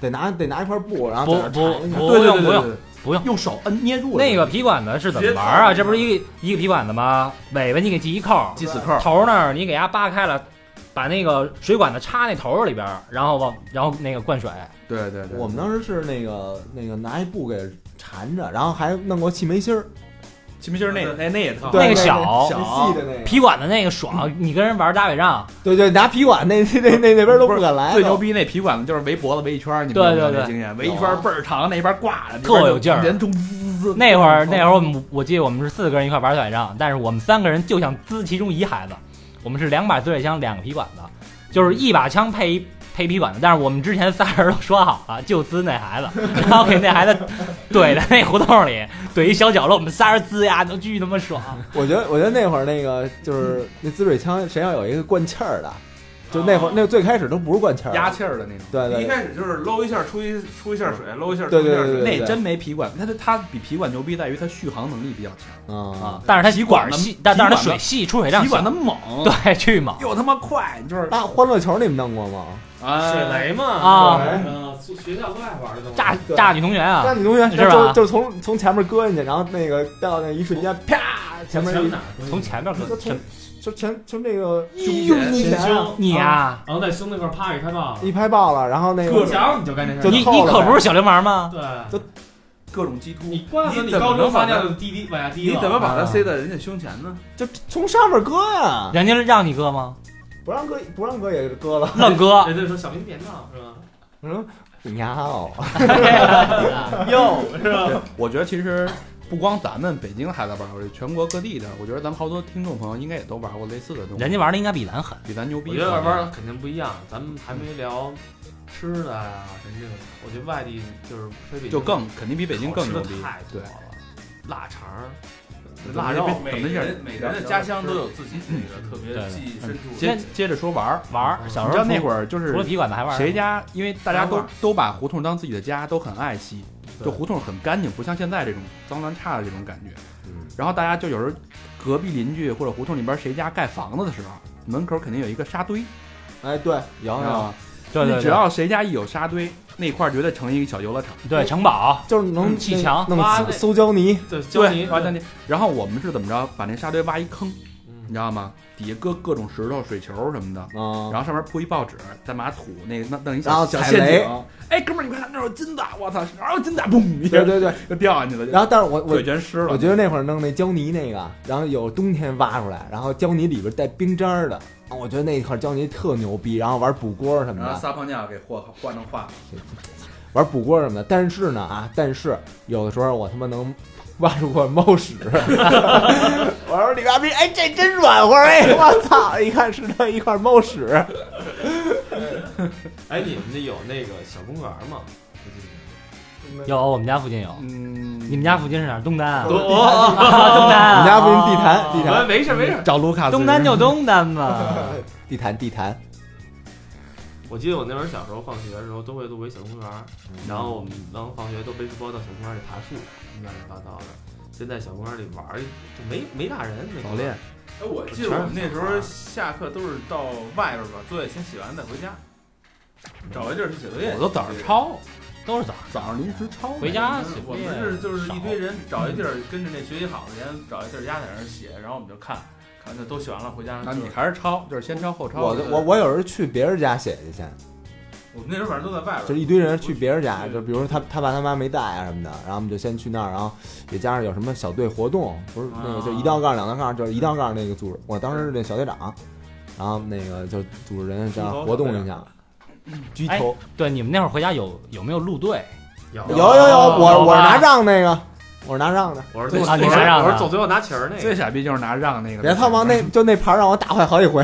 Speaker 5: 得拿得拿一块布，然后
Speaker 4: 不
Speaker 5: 在那儿缠
Speaker 4: 不
Speaker 5: 一下。
Speaker 4: 不
Speaker 3: 对对对
Speaker 4: 用
Speaker 3: 对
Speaker 4: 不
Speaker 3: 对
Speaker 4: 用，
Speaker 3: 对，
Speaker 4: 不用
Speaker 3: 用手摁捏住
Speaker 4: 那个皮管子是怎么玩儿啊？这不是一个一个皮管子吗？尾巴你给系一扣儿，
Speaker 3: 系死扣儿，
Speaker 4: 头儿那儿你给它扒开了，把那个水管子插那头儿里边儿，然后往然后那个灌水。
Speaker 3: 对对对，
Speaker 5: 我们当时是那个那个拿一布给缠着，然后还弄过气门芯儿，
Speaker 3: 其实就是那那那也特好
Speaker 5: 对
Speaker 4: 啊那个
Speaker 5: 那
Speaker 4: 小
Speaker 5: 那细的那个，
Speaker 4: 皮管子那个爽，你跟人玩打野仗，
Speaker 5: 对对，拿皮管那那那那那边都不敢来，
Speaker 3: 最牛逼那皮管子就是围脖子围一圈儿，你们
Speaker 4: 对
Speaker 3: 有没有
Speaker 4: 对
Speaker 3: 这
Speaker 4: 对
Speaker 3: 经验，围一圈儿倍儿长，那边挂着，
Speaker 4: 特有劲儿
Speaker 3: 连中滋滋。
Speaker 4: 那会 儿那会儿我们我记得我们是四个人一块玩打野仗，但是我们三个人就想滋其中一孩子，我们是两把滋水枪，两个皮管子，就是一把枪配一配皮管子。但是我们之前仨人都说好了，就滋那孩子，然后给那孩子怼在那胡同里，怼一小角落，我们仨人滋呀，都巨他妈爽。
Speaker 5: 我觉得我觉得那会儿那个就是那滋水枪，谁要有一个灌气儿的，就那会儿那最开始都不是灌气儿，
Speaker 3: 压气儿的那种。
Speaker 5: 对
Speaker 7: 哦一
Speaker 5: 对
Speaker 7: 开始就是搂一下出一出一下水，搂一下出
Speaker 5: 对
Speaker 7: 一
Speaker 5: 对
Speaker 7: 下
Speaker 5: 对
Speaker 7: 水。
Speaker 5: 对
Speaker 3: 那真没皮管，它它比皮管牛逼在于它续航能力比较强
Speaker 5: 对啊。
Speaker 3: 啊。
Speaker 4: 但是它
Speaker 3: 皮
Speaker 4: 管
Speaker 3: 管
Speaker 4: 儿
Speaker 3: 的
Speaker 4: 细，但但是它
Speaker 3: 皮管
Speaker 4: 水
Speaker 3: 的
Speaker 4: 细，出水量
Speaker 3: 皮管
Speaker 4: 小
Speaker 3: 它猛，
Speaker 4: 对，巨猛。
Speaker 3: 又他妈快，就是
Speaker 5: 那欢乐球你们弄过吗？
Speaker 3: 啊
Speaker 8: 水雷嘛
Speaker 4: 啊
Speaker 8: 嗯，学校都爱玩这东西。
Speaker 4: 炸
Speaker 5: 对
Speaker 4: 炸女同学啊
Speaker 5: 那！你同学
Speaker 4: 是吧哦
Speaker 5: 就就是从从前面搁进去，然后那个到那一瞬间，啪，前面
Speaker 8: 前
Speaker 5: 一
Speaker 8: 哪儿？
Speaker 4: 从前面说
Speaker 5: 就，从就前从这个
Speaker 8: 一
Speaker 5: 胸前
Speaker 8: 前胸，
Speaker 4: 你啊呀，
Speaker 8: 然后在胸那块儿啪一拍爆，
Speaker 5: 一拍爆了，然后那
Speaker 8: 各
Speaker 5: 个
Speaker 8: 墙你就干这事
Speaker 5: 就
Speaker 8: 儿。
Speaker 4: 你
Speaker 5: 透
Speaker 4: 你
Speaker 5: 了
Speaker 4: 可
Speaker 5: 呗
Speaker 4: 不是小流氓吗？
Speaker 8: 对，
Speaker 7: 各种鸡突。
Speaker 8: 你怪不得
Speaker 7: 你
Speaker 8: 你
Speaker 7: 怎么
Speaker 8: 高中
Speaker 7: 能把
Speaker 8: 发
Speaker 7: 它
Speaker 8: 尿就滴滴往下滴
Speaker 7: 你
Speaker 3: 啊
Speaker 8: 了
Speaker 7: 怎么把它塞在人家胸前呢？
Speaker 5: 就从上面搁呀，
Speaker 4: 人家让你割吗？
Speaker 5: 不让搁不让搁也是搁了。
Speaker 4: 愣割，
Speaker 8: 人家说小明别闹是吧？
Speaker 5: 我说你丫哦，
Speaker 8: 哟是吧？
Speaker 3: 我觉得其实不光咱们北京的孩子玩过，全国各地的，我觉得咱们好多听众朋友应该也都玩过类似的东西。
Speaker 4: 人家玩的应该比咱狠。
Speaker 3: 比咱牛逼，
Speaker 8: 我觉得玩玩肯定不一样，咱们还
Speaker 3: 嗯
Speaker 8: 没聊吃的呀什么这个，我觉得外地就是非北京
Speaker 3: 就更肯定比北京更牛
Speaker 8: 好
Speaker 3: 逼
Speaker 8: 吃的
Speaker 7: 哦
Speaker 8: 太。
Speaker 3: 对
Speaker 8: 多了，腊肠儿、
Speaker 3: 腊
Speaker 8: 肉
Speaker 3: 怎么
Speaker 7: 每
Speaker 3: 回事
Speaker 7: 哎
Speaker 3: 嗯
Speaker 7: 人每个人的家乡都有自己那个特别
Speaker 4: 对
Speaker 7: 记忆深处
Speaker 3: 接
Speaker 7: 的。
Speaker 3: 接着说玩儿，
Speaker 4: 玩儿小
Speaker 3: 你
Speaker 4: 时候
Speaker 3: 知道那
Speaker 4: 儿
Speaker 3: 会儿就
Speaker 4: 除了
Speaker 3: 是
Speaker 4: 皮管子还玩儿啊
Speaker 3: 谁家，因为大家
Speaker 7: 玩
Speaker 3: 都
Speaker 7: 儿
Speaker 3: 都把胡同当自己的家，都很爱惜，
Speaker 5: 对
Speaker 3: 就胡同很干净，不像现在这种脏乱差的这种感觉。
Speaker 5: 嗯
Speaker 3: 然后大家就有时候隔壁邻居或者胡同里边谁家盖房子的时候，门口肯定有一个沙堆，
Speaker 5: 哎对，有
Speaker 3: 你知道
Speaker 5: 有，
Speaker 3: 吗？
Speaker 4: 对对
Speaker 3: 哦只
Speaker 4: 对
Speaker 3: 要谁家一有沙堆，那块儿绝对成一个小游乐场。
Speaker 4: 对城堡，
Speaker 5: 就是能
Speaker 4: 嗯砌墙
Speaker 5: 弄
Speaker 8: 挖
Speaker 5: 塑
Speaker 8: 那
Speaker 5: 塑胶泥，
Speaker 8: 对，教你
Speaker 3: 然后你，然后我们是怎么着？把那沙堆挖一坑，你
Speaker 8: 嗯
Speaker 3: 知道吗？底下搁各种石头、水球什么的，
Speaker 5: 嗯，
Speaker 3: 然后上面铺一报纸，再拿土那个弄弄一
Speaker 5: 然
Speaker 3: 小
Speaker 5: 后
Speaker 3: 小
Speaker 5: 踩
Speaker 3: 陷
Speaker 5: 雷
Speaker 3: 阱。哎，哥们儿，你看那有金子，啊我操，哪有金子？嘣，一下
Speaker 5: 对对对，
Speaker 3: 就掉下去了，
Speaker 5: 然后但是我我
Speaker 3: 腿全湿了。
Speaker 5: 我觉得那会儿弄那胶泥那个，然后有冬天挖出来，然后胶泥里边带冰渣儿的，啊我觉得那块胶泥特牛逼，然后玩补锅什么
Speaker 7: 然后
Speaker 3: 啊
Speaker 5: 的，
Speaker 7: 撒泡尿给和换成画，
Speaker 5: 玩补锅什么的。但是呢啊，但是有的时候我他妈能挖出过猫屎， 我说你妈逼，哎这真软和，哎我操，一看是那一块猫屎，
Speaker 8: 哎，你们那有那个小公园儿吗？
Speaker 4: 有我们家附近有。
Speaker 3: 嗯，
Speaker 4: 你们家附近是哪儿？东单啊，
Speaker 8: 都哦，
Speaker 4: 东单
Speaker 5: 我
Speaker 4: 啊。
Speaker 5: 们家附近地坛地
Speaker 8: 哦
Speaker 5: 坛
Speaker 8: 没事没事。
Speaker 3: 找卢卡斯
Speaker 4: 东单就东单嘛。
Speaker 5: 地坛地坛，
Speaker 8: 我记得我那会儿小时候放学的时候都会路一小公园儿，
Speaker 3: 嗯
Speaker 8: 然后我们当时放学都背着包到小公园儿里爬树，乱七八糟的。现在小公园儿里玩儿就没没大人，那个
Speaker 3: 早恋，
Speaker 7: 哎，我记得我们那时候下课都是到外边儿吧，作业先写完再回家，找个地儿去写作业。
Speaker 3: 我都早上抄，
Speaker 4: 都是早
Speaker 3: 早上临时抄。
Speaker 4: 回家
Speaker 7: 我们我
Speaker 4: 写作业
Speaker 7: 们是就是一堆
Speaker 4: 少
Speaker 7: 人找一地儿，跟着那学习好的人找一地儿压在那儿写，然后我们就看，看就都写完了回家。
Speaker 3: 那
Speaker 7: 就
Speaker 3: 你
Speaker 7: 是
Speaker 3: 还是抄，就是先抄后抄。
Speaker 5: 我我我有时候去别人家写去先。
Speaker 7: 我们那时候反正都在外边儿，
Speaker 5: 就是一堆人去别人家，就比如说他他爸他妈没带啊什么的，然后我们就先去那儿，然后也加上有什么小队活动，不是那个就一道杠两道杠，就是一道杠那个组织，我当时是那小队长，然后那个就组织人这样活动一下，狙头
Speaker 4: 对，你们那会儿回家有有没有路队？
Speaker 8: 有
Speaker 5: 哎哎有有有，我
Speaker 4: 有
Speaker 5: 我是拿
Speaker 4: 吧
Speaker 5: 杖那个，我是拿杖的，
Speaker 8: 我是走
Speaker 4: 啊你
Speaker 8: 我是
Speaker 4: 还让
Speaker 8: 我
Speaker 4: 啊
Speaker 8: 是走最后拿旗儿那
Speaker 3: 最
Speaker 8: 个，
Speaker 3: 傻逼就是拿让那个。
Speaker 5: 别他妈那就那牌让我打坏好几回，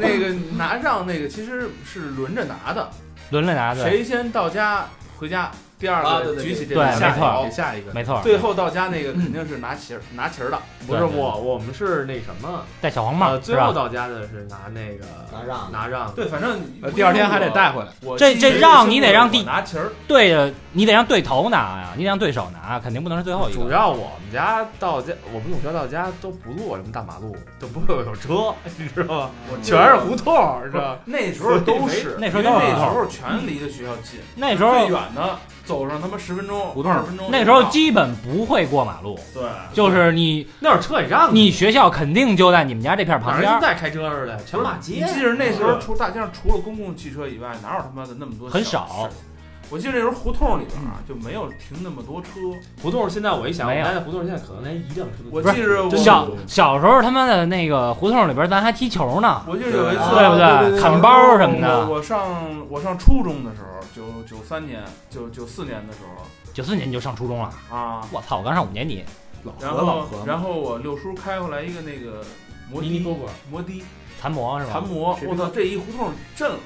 Speaker 7: 那个拿让那个其实是轮着拿的，
Speaker 4: 轮着拿的，
Speaker 7: 谁先到家回家，第二
Speaker 3: 啊对
Speaker 7: 个
Speaker 3: 对
Speaker 7: 举起这
Speaker 4: 对
Speaker 7: 个
Speaker 4: 没
Speaker 7: 下一
Speaker 4: 错
Speaker 7: 条
Speaker 3: 给，下一个。
Speaker 4: 没错，
Speaker 7: 最后到家那个肯定是拿旗儿拿旗儿的，
Speaker 8: 不是
Speaker 4: 对对
Speaker 8: 我我们是那什么，
Speaker 4: 戴小黄帽
Speaker 8: 呃，
Speaker 4: 是
Speaker 8: 最后
Speaker 4: 吧？
Speaker 8: 到家的是拿那个
Speaker 5: 拿让
Speaker 8: 拿让，
Speaker 7: 对，反正
Speaker 3: 呃，第二天还得带。回来。
Speaker 7: 我
Speaker 4: 这
Speaker 7: 记
Speaker 4: 这
Speaker 7: 得
Speaker 4: 让
Speaker 7: 是
Speaker 4: 你得让
Speaker 7: 我
Speaker 4: 第
Speaker 7: 拿旗儿，
Speaker 4: 对着你得让对头拿呀，你得让对手拿，肯定不能是最后一
Speaker 8: 主
Speaker 4: 个。
Speaker 8: 要我们家到家，我们总学到家都不路什么大马路，都不会有车， 你知道吗？
Speaker 7: 我
Speaker 8: 全是胡同，是吧？
Speaker 7: 那时候都是，
Speaker 4: 那时候
Speaker 7: 因为
Speaker 4: 都是
Speaker 7: 那时候全离的学校近，
Speaker 4: 那时
Speaker 7: 最
Speaker 4: 候
Speaker 7: 远的走上他妈十分钟，
Speaker 3: 胡同儿
Speaker 7: 20分钟就到。
Speaker 4: 那时候基本不会过马路，
Speaker 7: 对，
Speaker 4: 就是你
Speaker 8: 那会儿车也让
Speaker 4: 你学校肯定就在你们家这片儿
Speaker 8: 哪
Speaker 4: 旁
Speaker 8: 儿
Speaker 4: 边
Speaker 8: 现
Speaker 4: 儿，
Speaker 8: 在开车似的，全马
Speaker 7: 你
Speaker 8: 街。
Speaker 7: 记着那时候除大街上除了公共汽车以外，哪有他妈的那么多
Speaker 4: 很
Speaker 7: 小
Speaker 4: 少
Speaker 7: 吃？我记得那时候胡同里边啊就没有停那么多车。
Speaker 8: 胡同，现在我一想，我
Speaker 4: 没有
Speaker 8: 们家的胡同现在可能连一辆车都
Speaker 7: 我
Speaker 8: 不是
Speaker 7: 记着我
Speaker 4: 小小时候他妈的那个胡同里边儿咱还踢球呢，
Speaker 7: 我记得有一次
Speaker 4: 对不
Speaker 5: 啊对对对
Speaker 4: 砍包什么
Speaker 7: 我
Speaker 4: 的。
Speaker 7: 我上我上初中的时候，九九三年、九九四年的时候
Speaker 4: 九四年你就上初中了，
Speaker 7: 啊，
Speaker 4: 我操！我刚上五年级，
Speaker 3: 老
Speaker 7: 然
Speaker 3: 何嗯老
Speaker 7: 后
Speaker 3: 何，
Speaker 7: 然后我六叔开回来一个那个摩
Speaker 8: 迷你
Speaker 7: 的
Speaker 8: 蝈蝈，
Speaker 7: 摩的
Speaker 4: 残模是吧
Speaker 7: 残？模，
Speaker 3: 是
Speaker 7: 我操，这一胡同震了，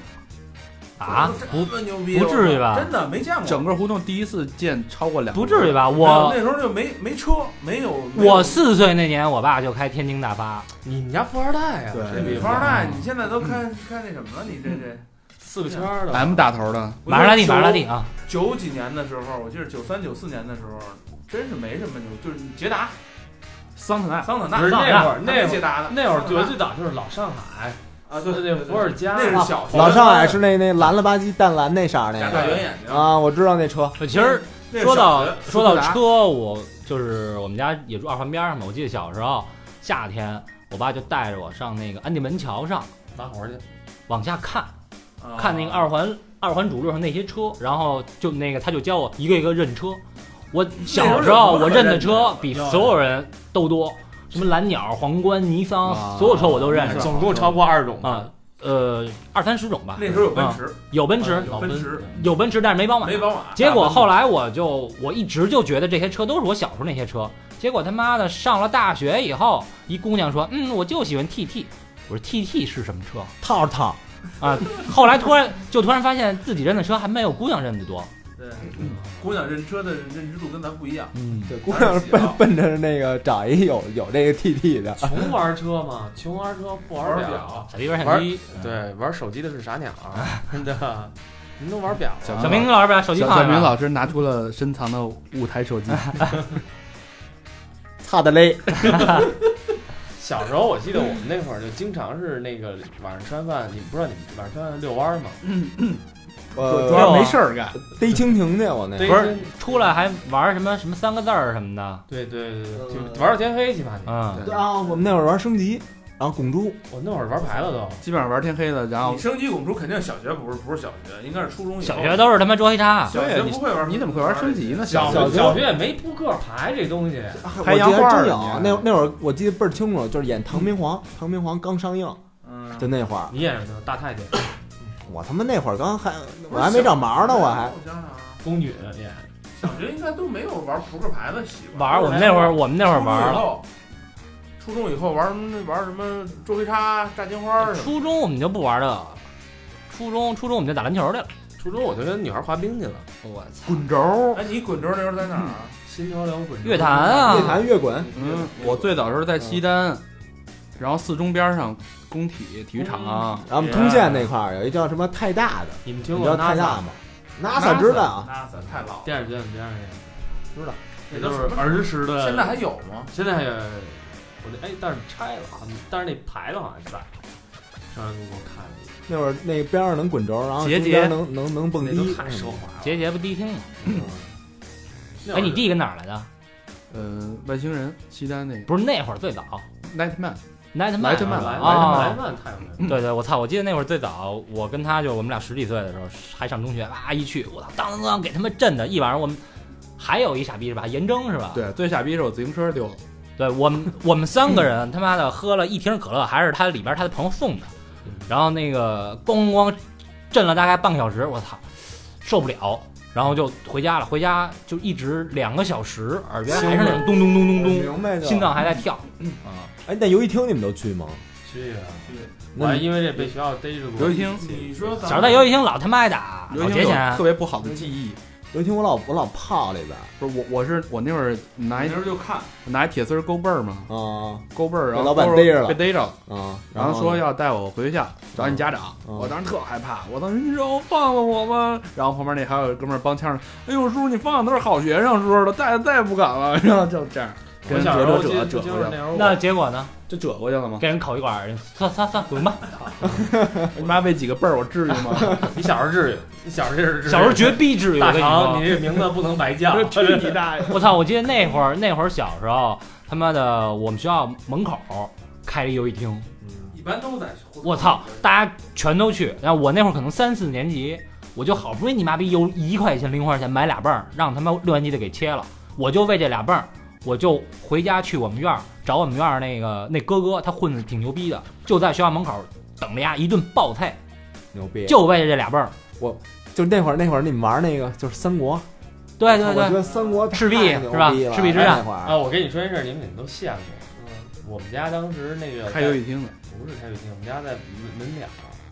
Speaker 4: 啊，不
Speaker 7: 这么牛逼，
Speaker 4: 不至于啊吧
Speaker 7: 真？的没见过。
Speaker 3: 整个胡同第一次见超过两，
Speaker 4: 不至于
Speaker 3: 吧？
Speaker 7: 那
Speaker 4: 吧？我
Speaker 7: 时候就没没车，没有没有
Speaker 4: 我四岁那年，我爸就开天津大巴，
Speaker 8: 你们家富二代啊呀、
Speaker 5: 对
Speaker 7: 这米方大，你现在都开开那什么了？你这这
Speaker 8: 四个圈儿的，
Speaker 3: M 打头的，
Speaker 4: 玛莎拉蒂，玛莎拉蒂
Speaker 7: 九
Speaker 4: 啊，
Speaker 7: 九几年的时候，我记得九三九四年的时候，真是没什么牛，就是捷达、
Speaker 3: 桑塔纳，
Speaker 7: 桑塔
Speaker 8: 不是
Speaker 7: 纳，
Speaker 8: 那会儿
Speaker 7: 还没
Speaker 8: 那会
Speaker 7: 捷
Speaker 8: 儿
Speaker 7: 达呢，
Speaker 8: 那会儿
Speaker 7: 桑塔
Speaker 8: 最
Speaker 7: 纳
Speaker 8: 最早就是老上海，
Speaker 7: 啊，对，
Speaker 8: 那伏尔加
Speaker 7: 那是小学
Speaker 5: 老上海是那那蓝了吧唧淡蓝那色儿那
Speaker 7: 俩大
Speaker 5: 个
Speaker 7: 圆眼睛，
Speaker 5: 啊，我知道那车，
Speaker 4: 其实
Speaker 7: 那是
Speaker 4: 说到
Speaker 7: 小学
Speaker 4: 说到车，我就是我们家也住二环边上嘛。我记得小时候夏天，我爸就带着我上那个安定门桥上
Speaker 8: 砸活去，
Speaker 4: 往下看，
Speaker 7: 啊
Speaker 4: 看那个二环二环主路上那些车，然后就那个他就教我一个一个认车。我小时候我认的车比所有人都多，什么蓝鸟、皇冠、尼桑，
Speaker 5: 啊
Speaker 4: 所有车我都认识
Speaker 8: 总共超过二十种
Speaker 4: 啊。呃，二三十种吧啊
Speaker 7: 那。时候有奔驰，啊
Speaker 4: 有奔驰，
Speaker 7: 有奔驰，
Speaker 4: 有奔驰，但是没宝马。
Speaker 7: 没宝马，
Speaker 4: 结果后来我就我一直就觉得这些车都是我小时候那些车，结果他妈的上了大学以后，一姑娘说，嗯，我就喜欢 TT。我说 TT 是什么车
Speaker 5: 套套
Speaker 4: 啊？后来突然就突然发现自己认的车还没有姑娘认的多。
Speaker 7: 对，姑娘认车的认知度跟咱不一样，
Speaker 4: 嗯，
Speaker 5: 对，姑娘奔奔着那个找一有有这个 TT 的，
Speaker 8: 穷玩车嘛， 穷玩车不玩
Speaker 7: 玩
Speaker 8: 表
Speaker 7: 表，
Speaker 4: 小弟玩相机，
Speaker 8: 对，玩手机的是傻 鸟，真的，您都玩表啊
Speaker 3: 小
Speaker 8: 了
Speaker 4: 小明老师把手机
Speaker 3: 小
Speaker 4: 放
Speaker 3: 小
Speaker 4: 下
Speaker 3: 明
Speaker 4: 吧。
Speaker 3: 老师拿出了深藏的五台手机，
Speaker 5: 差的嘞，
Speaker 8: 小时候我记得我们那会儿就经常是那个晚上吃完饭，你们不知道你们晚上吃完饭遛弯儿吗？
Speaker 5: 呃，
Speaker 4: 主要没事
Speaker 5: 儿干，逮蜻蜓去，我那
Speaker 8: 对
Speaker 4: 不是出来还玩什么什么三个字儿什么的，
Speaker 8: 对对对对，
Speaker 7: 呃
Speaker 8: 就玩到天黑起码得。
Speaker 4: 嗯，
Speaker 5: 对啊，我们那会儿玩升级，然后拱猪，
Speaker 8: 我那会儿玩牌了都，
Speaker 3: 基本上玩天黑了，然后
Speaker 7: 你升级拱出肯定小学不是不是小学，应该是初中以后，
Speaker 4: 小学都是他妈捉黑叉，
Speaker 7: 小学不会玩，
Speaker 3: 你怎么会玩升级呢？
Speaker 8: 小
Speaker 3: 时
Speaker 5: 小
Speaker 3: 候
Speaker 8: 学
Speaker 5: 学
Speaker 8: 小学也没扑克牌这东西，
Speaker 3: 拍
Speaker 5: 我
Speaker 3: 洋
Speaker 5: 记得
Speaker 3: 画
Speaker 5: 还
Speaker 3: 儿
Speaker 5: 真有
Speaker 3: 呢，
Speaker 5: 那那会儿我记得倍儿清楚，就是演唐明皇，唐明皇刚上映，
Speaker 7: 嗯，
Speaker 5: 就那会儿，
Speaker 8: 你演什么呢？大太监、
Speaker 5: 我他妈那会儿刚还我还没长毛呢，我还
Speaker 7: 我想想啊，
Speaker 8: 宫女演，
Speaker 7: 小学应该都没有玩扑克牌的习惯，
Speaker 4: 玩儿我们那会儿我们那会儿
Speaker 7: 初中以
Speaker 4: 玩儿，
Speaker 7: 后，初中以后玩什么玩什么捉黑叉、炸金花儿什么
Speaker 4: 初中我们就不玩了，初中初中我们就打篮球去了。
Speaker 8: 初中我就跟女孩滑冰去了，
Speaker 4: 我操！
Speaker 3: 滚轴
Speaker 7: 的。。哎，你滚轴那时候在哪儿啊？
Speaker 8: 新潮流滚
Speaker 4: 乐坛啊
Speaker 5: 越弹越滚，
Speaker 3: 嗯，我最早时候在西单，然后四中边上工体体育场啊，
Speaker 5: 然后我们通县那块儿有一叫什么太大的，
Speaker 8: 你们听
Speaker 5: 你知
Speaker 8: 过
Speaker 5: 道太
Speaker 8: NASA
Speaker 5: 大吗？NASA 知道啊，
Speaker 7: 那咱太老了，
Speaker 8: 电视剧怎么样呀？
Speaker 7: 那
Speaker 8: 这
Speaker 7: 都
Speaker 8: 都
Speaker 7: 什
Speaker 8: 是
Speaker 7: 么？
Speaker 8: 儿时的，
Speaker 7: 现在还有吗？
Speaker 8: 现在还有我那哎，但是拆了，好像但是那牌子好像在。上回给我看了一眼，
Speaker 5: 那会儿那边上能滚轴，然后
Speaker 3: 结
Speaker 5: 中
Speaker 3: 节
Speaker 5: 间能能能蹦
Speaker 8: 那都
Speaker 5: 迪，
Speaker 8: 太奢华了。
Speaker 4: 杰杰不迪厅吗？
Speaker 8: 那会
Speaker 4: 哎，
Speaker 8: 儿
Speaker 4: 你弟跟哪儿来的？
Speaker 3: 呃，外星人西单那
Speaker 4: 不是那会儿最早
Speaker 3: 个 Nightman，
Speaker 4: Nightman
Speaker 3: 莱特曼
Speaker 8: 莱
Speaker 4: 啊
Speaker 8: 莱曼太有名了，
Speaker 4: 对对，我操！我记得那会儿最早，我跟他就我们俩十几岁的时候，还上中学，哇一去，我操，当当当给他们震的一晚上。我们还有一傻逼是吧？严征是吧？
Speaker 3: 对，最傻逼是我自行车丢了，
Speaker 4: 对，我们我们三个人他妈的喝了一瓶可乐，还是他里边他的朋友送的，
Speaker 3: 嗯
Speaker 4: 然后那个咣咣咣震了大概半个小时，我操，受不了，然后就回家了。回家就一直两个小时，耳边还是那种咚咚咚咚咚，
Speaker 5: 明白就
Speaker 4: 心脏还在跳。
Speaker 5: 哎，那游戏厅你们都去吗？
Speaker 8: 去啊！
Speaker 5: 那
Speaker 8: 我还
Speaker 5: 你
Speaker 8: 因为这被学校逮着过。
Speaker 3: 刘一听
Speaker 7: 你说咱
Speaker 4: 小时候在游戏厅老他妈挨打，
Speaker 3: 刘
Speaker 4: 老
Speaker 3: 星
Speaker 4: 劫
Speaker 3: 有
Speaker 4: 钱
Speaker 3: 特。别不好的记忆。
Speaker 5: 游戏厅我老我老泡里边儿
Speaker 3: 不是我，我是我那会儿拿
Speaker 7: 那
Speaker 3: 一
Speaker 7: 时候就看，
Speaker 3: 拿一铁丝儿勾背儿嘛，
Speaker 5: 啊
Speaker 3: 勾背儿，然
Speaker 5: 被
Speaker 3: 后
Speaker 5: 老板
Speaker 3: 勾
Speaker 5: 逮着了
Speaker 3: 被逮着，
Speaker 5: 啊，
Speaker 3: 然后说要带我回学校找你家长，
Speaker 5: 嗯
Speaker 3: 我当时特害怕，我当时你让我放了我吧。然后旁边那还有哥们儿帮腔儿，哎呦叔叔你放的都是好学生，叔叔都再再也不敢了，然后就这样
Speaker 8: 我
Speaker 3: 跟
Speaker 8: 小
Speaker 3: 折
Speaker 8: 时候
Speaker 3: 折
Speaker 8: 记
Speaker 3: 折
Speaker 8: 得
Speaker 3: 折
Speaker 8: 就
Speaker 3: 过去
Speaker 8: 是
Speaker 3: 了，
Speaker 8: 那时候
Speaker 4: 那结果呢？
Speaker 3: 就折过去了吗？
Speaker 4: 给人烤一管，算算算，滚吧！
Speaker 3: 你妈喂几个辈儿，我至于 吗？
Speaker 8: 你小时候至于，你小时候至于，
Speaker 4: 小时候绝逼至于，我
Speaker 8: 大
Speaker 4: 跟你
Speaker 8: 肠，
Speaker 4: 说
Speaker 8: 你。这名字不能白叫。
Speaker 3: 我说去你大爷！
Speaker 4: 我操！我记得那会儿，那会儿小时候，他妈的，我们学校门口开了一游戏厅，
Speaker 7: 一般都在。
Speaker 4: 我操，大家全都去。然后我那会儿可能三四年级，我就好不容易你妈逼有一块钱零花钱买俩泵儿，让他妈六年级的给切了。我就为这俩泵儿，我就回家去我们院儿找我们院儿那个那哥哥，他混的挺牛逼的，就在学校门口等着呀，一顿暴菜，
Speaker 5: 牛逼，
Speaker 4: 就为这俩泵儿。
Speaker 5: 就那会儿那会儿你们玩那个就是三国，
Speaker 4: 对对
Speaker 5: 我
Speaker 4: 对，
Speaker 5: 觉得三国太
Speaker 4: 赤壁
Speaker 5: 牛
Speaker 4: 是吧
Speaker 5: 逼了
Speaker 4: 赤壁之
Speaker 5: 哎
Speaker 4: 战
Speaker 5: 那会儿
Speaker 8: 啊，我跟你说一事儿，你们肯定都见过。我们家当时那个
Speaker 3: 开游戏厅的，
Speaker 8: 不是开游戏厅，我们家在门门脸儿，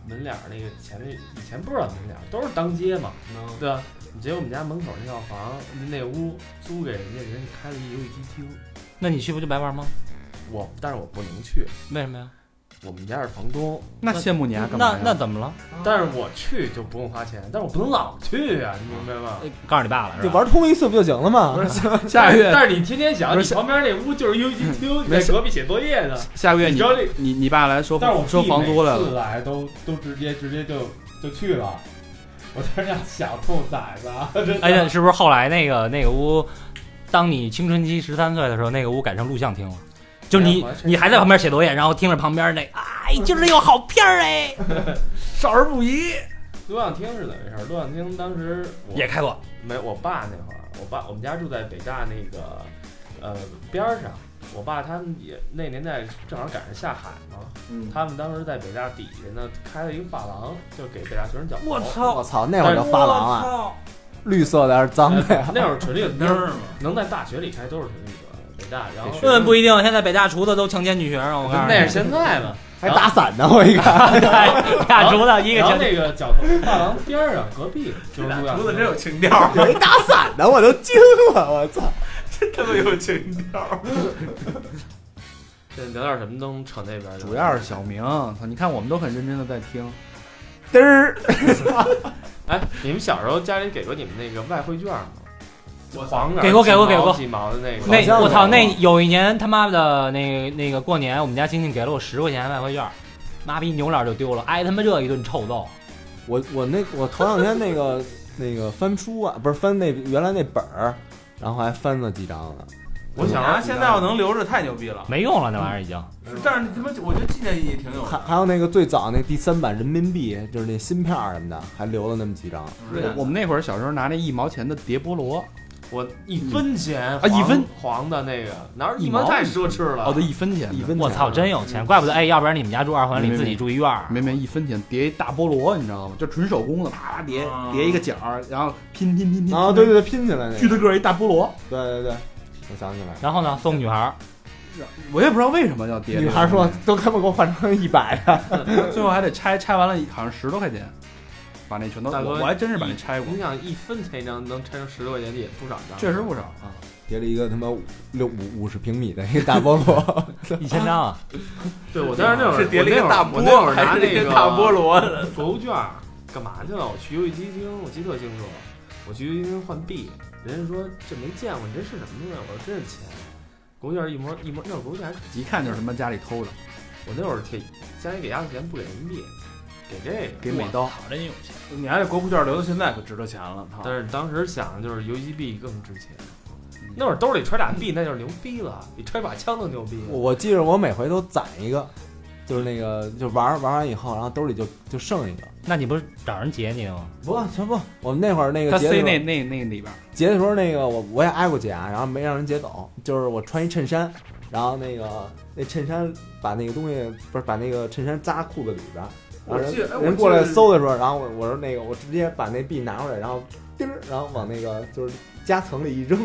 Speaker 8: 门脸儿那个前面以前不知道门脸儿，都是当街嘛，
Speaker 5: 嗯
Speaker 8: 对吧？你结果我们家门口那套房那屋租给人家，人家开了一游戏机厅，
Speaker 4: 那你去不就白玩吗？
Speaker 8: 我但是我不能去，
Speaker 4: 为什么呀？
Speaker 8: 我们家是房东，
Speaker 3: 那羡慕你啊，干嘛
Speaker 4: 那
Speaker 3: 呀？
Speaker 4: 那怎么了？
Speaker 8: 但是我去就不用花钱，但是我不能老去啊，你明白吗？
Speaker 4: 告诉你爸了是
Speaker 5: 就
Speaker 4: 吧？
Speaker 5: 玩通一次不就行了吗
Speaker 8: 不？是
Speaker 3: 下个月
Speaker 8: 但是你天天想，
Speaker 3: 不
Speaker 8: 你
Speaker 3: 是
Speaker 8: 旁边那屋就是游戏机厅，你
Speaker 3: 没
Speaker 8: 在
Speaker 3: 事
Speaker 8: 隔壁写作业呢。
Speaker 3: 下个月
Speaker 8: 你
Speaker 3: 你
Speaker 8: 知道这
Speaker 3: 你你爸来收
Speaker 8: 但是我
Speaker 3: 收房租来
Speaker 8: 每次
Speaker 3: 了，
Speaker 8: 来都都直接直接就就去了。我当时想吐崽子啊，真的
Speaker 4: 哎呀，是不是后来那个那个屋，当你青春期十三岁的时候，那个屋改成录像厅了？就
Speaker 8: 哎
Speaker 4: 你
Speaker 8: 我还，真
Speaker 4: 你还在旁边写作业，然后听着旁边那，哎，今儿有好片儿哎，少儿不宜
Speaker 8: 录像厅是怎么回事儿？录像厅当时我
Speaker 4: 也开过。
Speaker 8: 没我爸那会儿，我爸我们家住在北大那个呃边儿上，我爸他们也那年代正好赶上下海嘛，
Speaker 5: 嗯
Speaker 8: 他们当时在北大底下呢开了一个发廊，就给北大学生讲。
Speaker 4: 我
Speaker 5: 我
Speaker 4: 操！
Speaker 5: 操，那会儿就发廊啊，
Speaker 4: 了。
Speaker 5: 绿色的还是脏的呀？
Speaker 8: 呃那会儿纯绿
Speaker 7: 那
Speaker 8: 灯，
Speaker 7: 儿嘛，
Speaker 8: 能在大学里开都是纯绿灯，北大，然后
Speaker 4: 根本不一定，现在北大厨子都强奸女学生，我告诉你。
Speaker 8: 那是现在嘛，
Speaker 5: 还打伞呢，我一 看，
Speaker 4: 北大厨 子一个
Speaker 8: 然后
Speaker 4: 强奸，
Speaker 8: 那个角头发廊边儿上隔 壁就是录像
Speaker 7: 厨子
Speaker 8: 厅
Speaker 7: 真有情调，
Speaker 5: 有一打伞的，我都惊了，我操！
Speaker 7: 他妈有情 调。
Speaker 8: 这聊点什么能扯那边去？
Speaker 3: 主要是小明，操！你看我们都很认真的在听，
Speaker 5: 嘚儿，
Speaker 8: 哎，你们小时候家里给过你们那个外汇券吗？
Speaker 7: 我
Speaker 8: 黄的
Speaker 4: 给过给过
Speaker 8: 几毛
Speaker 4: 给过
Speaker 8: 几毛的那个，
Speaker 5: 好像
Speaker 4: 那我操！
Speaker 5: 有
Speaker 4: 那有一啊年他妈的那个那个过年，我们家亲戚给了我十块钱外汇券，妈逼扭脸就丢了，挨他妈这一顿臭揍。
Speaker 5: 我我那我头两天那个那个翻书啊，不是翻那原来那本儿，然后还翻了几张呢。
Speaker 7: 我想啊，现在要能留着太牛逼了。
Speaker 4: 没用了，那玩意儿已经。
Speaker 7: 是但是他妈，我觉得纪念意义挺有
Speaker 5: 还
Speaker 3: 哎
Speaker 7: 的。
Speaker 5: 还有那个最早那第三版人民币，就是那芯片儿什么的，还留了那么几张。
Speaker 7: 是的
Speaker 3: 我们那会儿小时候拿那一毛钱的叠菠萝，
Speaker 8: 我一分钱
Speaker 3: 啊一分
Speaker 8: 黄黄的那个，哪有
Speaker 3: 一
Speaker 8: 一
Speaker 3: 毛
Speaker 8: 毛太奢侈了。
Speaker 3: 哦，对，一分钱的，
Speaker 5: 一分啊
Speaker 4: 我操，真有钱，怪不得哎，要不然你们家住二环
Speaker 3: 没
Speaker 4: 里，
Speaker 3: 没
Speaker 4: 自己住一院儿。
Speaker 3: 没没一分钱叠一大菠萝，你知道吗？就纯手工的，啪啪叠
Speaker 7: 啊
Speaker 3: 叠一个角儿，然后拼拼拼拼
Speaker 5: 啊，对对，对，拼起来那
Speaker 3: 巨
Speaker 5: 个，
Speaker 3: 大个儿一大菠萝，
Speaker 5: 对对对，我想起来了。
Speaker 4: 然后呢，送女孩儿，
Speaker 3: 我也不知道为什么要叠这个。
Speaker 5: 女孩说：“都他妈给我换成一百啊的。
Speaker 3: 最后还得拆，拆完了好像十多块钱，把那全都
Speaker 8: 大哥
Speaker 3: 我我还真是把那拆过
Speaker 8: 你，想一分钱一张能拆成十多块钱的也不少张，
Speaker 3: 确实不少啊。”
Speaker 5: 叠了一个他妈五六五五十平米的一个大菠萝，
Speaker 4: 一千张啊，
Speaker 8: 对我当时那会儿
Speaker 7: 是叠了一
Speaker 8: 我
Speaker 7: 个
Speaker 8: 那
Speaker 7: 大
Speaker 8: 会儿我
Speaker 7: 菠
Speaker 8: 那会
Speaker 7: 萝，
Speaker 8: 儿拿
Speaker 7: 还是
Speaker 8: 那
Speaker 7: 一
Speaker 8: 个
Speaker 7: 个大菠萝的？
Speaker 8: 购物券儿干嘛去了？我去游戏机厅，我记得特清楚，我去游戏机厅换币，人家说这没见过，你这是什么东西？我说这是钱。购物券儿一模一模，那会儿购物券还
Speaker 3: 一看就是他妈家里偷的，
Speaker 8: 我那会儿给家里给压岁钱不给人民币，给这个
Speaker 3: 给美刀。
Speaker 4: 真有
Speaker 7: 你家这国库券留到现在可值得钱了，操！
Speaker 8: 但是当时想的就是游戏币更值钱。那会儿兜里揣俩币，那就是牛逼了，比揣把枪都牛逼。
Speaker 5: 我我记着我每回都攒一个，就是那个就玩儿玩完以后，然后兜里就就剩一个。
Speaker 4: 那你不是找人劫你的吗？
Speaker 5: 不，全不，我们那会儿那个
Speaker 3: 他
Speaker 5: 结的
Speaker 3: 塞
Speaker 5: 时候
Speaker 3: 那那那里边儿，
Speaker 5: 截的时候，那个我我也挨过劫啊，然后没让人劫走，就是我穿一衬衫，然后那个那衬衫把那个东西不是把那个衬衫扎裤子里边儿，然后
Speaker 7: 我记得哎
Speaker 5: 人
Speaker 7: 我
Speaker 5: 人
Speaker 7: 记
Speaker 5: 过来
Speaker 7: 得
Speaker 5: 搜的时候，然后我我说那个我直接把那币拿出来，然后叮儿，然后往那个就是夹层里一扔，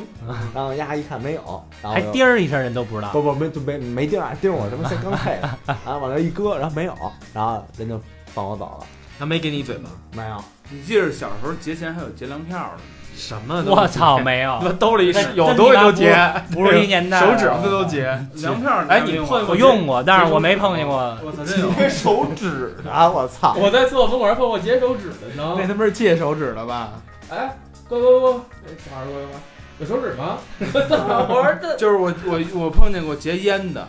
Speaker 5: 然后丫一看没有，然后
Speaker 4: 还
Speaker 5: 我就
Speaker 4: 滴儿一声，人都不知道。
Speaker 5: 不不没就没没地儿啊，地儿我他妈才刚配的，然后往那一搁，然后没有，然后人就放我走了，
Speaker 8: 他没给你一嘴巴，
Speaker 5: 没有，
Speaker 7: 你记着小时候节前还有节粮票呢，
Speaker 8: 什么都
Speaker 4: 我操，没有
Speaker 8: 他，妈兜里
Speaker 4: 那
Speaker 8: 有东西就劫，
Speaker 4: 不是一年代，
Speaker 8: 手指头都劫。
Speaker 7: 粮票
Speaker 8: 哎，你
Speaker 7: 用
Speaker 8: 碰
Speaker 7: 过？
Speaker 4: 我用过，但是我没碰见过。
Speaker 7: 我操，真有！
Speaker 5: 手指啊，我操！
Speaker 8: 我在厕所门口还碰过截手指的呢
Speaker 3: 那他妈是借手指的吧？
Speaker 8: 哎，哥哥哥，哎，小孩说什么？有手指 吗？我说这
Speaker 7: 就是我我我碰见过截烟的，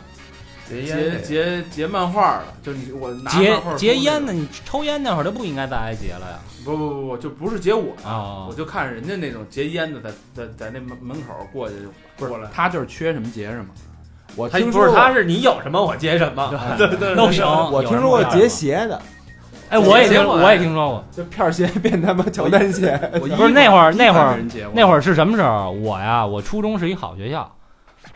Speaker 8: 截
Speaker 7: 截截截漫画的，就是你我拿
Speaker 4: 劫
Speaker 7: 漫画书
Speaker 4: 劫烟
Speaker 7: 那
Speaker 4: 的，
Speaker 7: 种，
Speaker 4: 你抽烟那会儿就不应该再挨劫了呀。
Speaker 7: 不不不不，就不是截我的，
Speaker 4: 啊
Speaker 3: 哦
Speaker 7: 我，就看人家那种截烟的在在在那门门口过去就
Speaker 3: 不
Speaker 7: 过
Speaker 3: 是
Speaker 7: 来，，
Speaker 3: 他就是缺什么劫什么。
Speaker 5: 我
Speaker 8: 他
Speaker 5: 听
Speaker 8: 不
Speaker 5: 说
Speaker 8: 是，
Speaker 5: 过
Speaker 8: 他是你有什么我接什
Speaker 7: 啊
Speaker 8: 么，
Speaker 4: 都行。
Speaker 5: 我
Speaker 4: 有
Speaker 5: 听
Speaker 4: 人
Speaker 5: 说过
Speaker 4: 这样
Speaker 5: 劫
Speaker 4: 吗，
Speaker 5: 鞋的，
Speaker 4: 哎，我也
Speaker 8: 劫
Speaker 4: 听，
Speaker 8: 过
Speaker 4: 我也听说过。
Speaker 5: 就片儿鞋 变他妈乔丹鞋。
Speaker 7: 我
Speaker 4: 不是那会儿那会儿
Speaker 7: 儿
Speaker 4: 那会
Speaker 7: 儿
Speaker 4: 儿是什么时候？啊我呀，我初中是一好学校，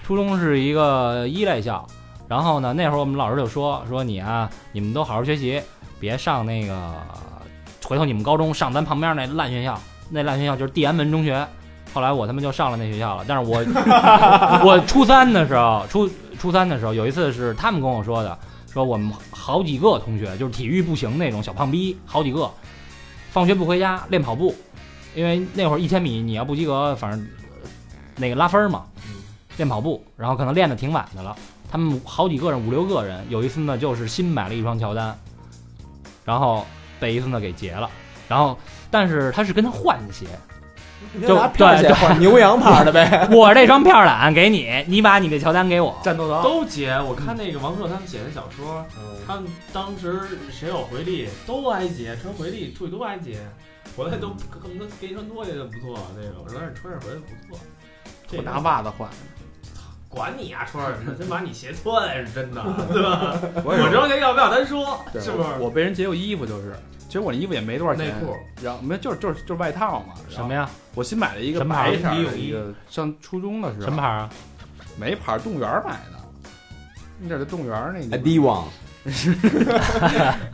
Speaker 4: 初中是一个一类校。然后呢，那会儿我们老师就说说你啊，你们都好好学习，别上那个，回头你们高中上咱旁边那烂学校，那烂学校就是地安门中学。后来我他妈就上了那学校了，但是我我初三的时候，初初三的时候有一次是他们跟我说的，说我们好几个同学就是体育不行那种小胖逼，好几个，放学不回家练跑步，因为那会儿一千米你要不及格，反正呃那个拉分儿嘛，
Speaker 3: 嗯
Speaker 4: 练跑步，然后可能练的挺晚的了。他们好几个人，五六个人，有一次呢就是新买了一双乔丹，然后被一次呢给劫了，然后但是他是跟他换的 鞋，就
Speaker 5: 拿片儿去
Speaker 4: 对
Speaker 5: 换牛羊牌的 呗。
Speaker 4: 我这双片儿懒给你，你把你的乔丹给我。
Speaker 6: 战斗的奥
Speaker 8: 都结。我看那个王朔他们写的小说，他们当时谁有回力都挨劫，穿回力出去都挨劫，回来都恨不得给你穿拖鞋就不错那种，但是穿上回来不错。这
Speaker 3: 我
Speaker 8: 个
Speaker 3: 拿袜子换，
Speaker 8: 管你呀、穿上真把你鞋脱了是 真的，对吧？
Speaker 7: 我
Speaker 8: 我
Speaker 7: 有
Speaker 8: 这双鞋要不要咱说，
Speaker 3: 对
Speaker 8: 是不是？
Speaker 3: 我被人劫过衣服，就是，其实我那衣服也没多少钱，
Speaker 8: 内裤，
Speaker 3: 然后没有就是就是就是外套嘛，
Speaker 4: 什么？呀？
Speaker 3: 我新买了一个
Speaker 4: 什么牌
Speaker 3: 白
Speaker 4: 儿
Speaker 3: 色
Speaker 8: 泳
Speaker 3: 的
Speaker 8: 衣
Speaker 3: 一个，上初中的时候，
Speaker 4: 什么牌儿啊？
Speaker 3: 没牌儿，动物园儿买的，那在动物园儿
Speaker 4: 哎
Speaker 3: 那
Speaker 5: d
Speaker 3: 地方
Speaker 5: 哎王，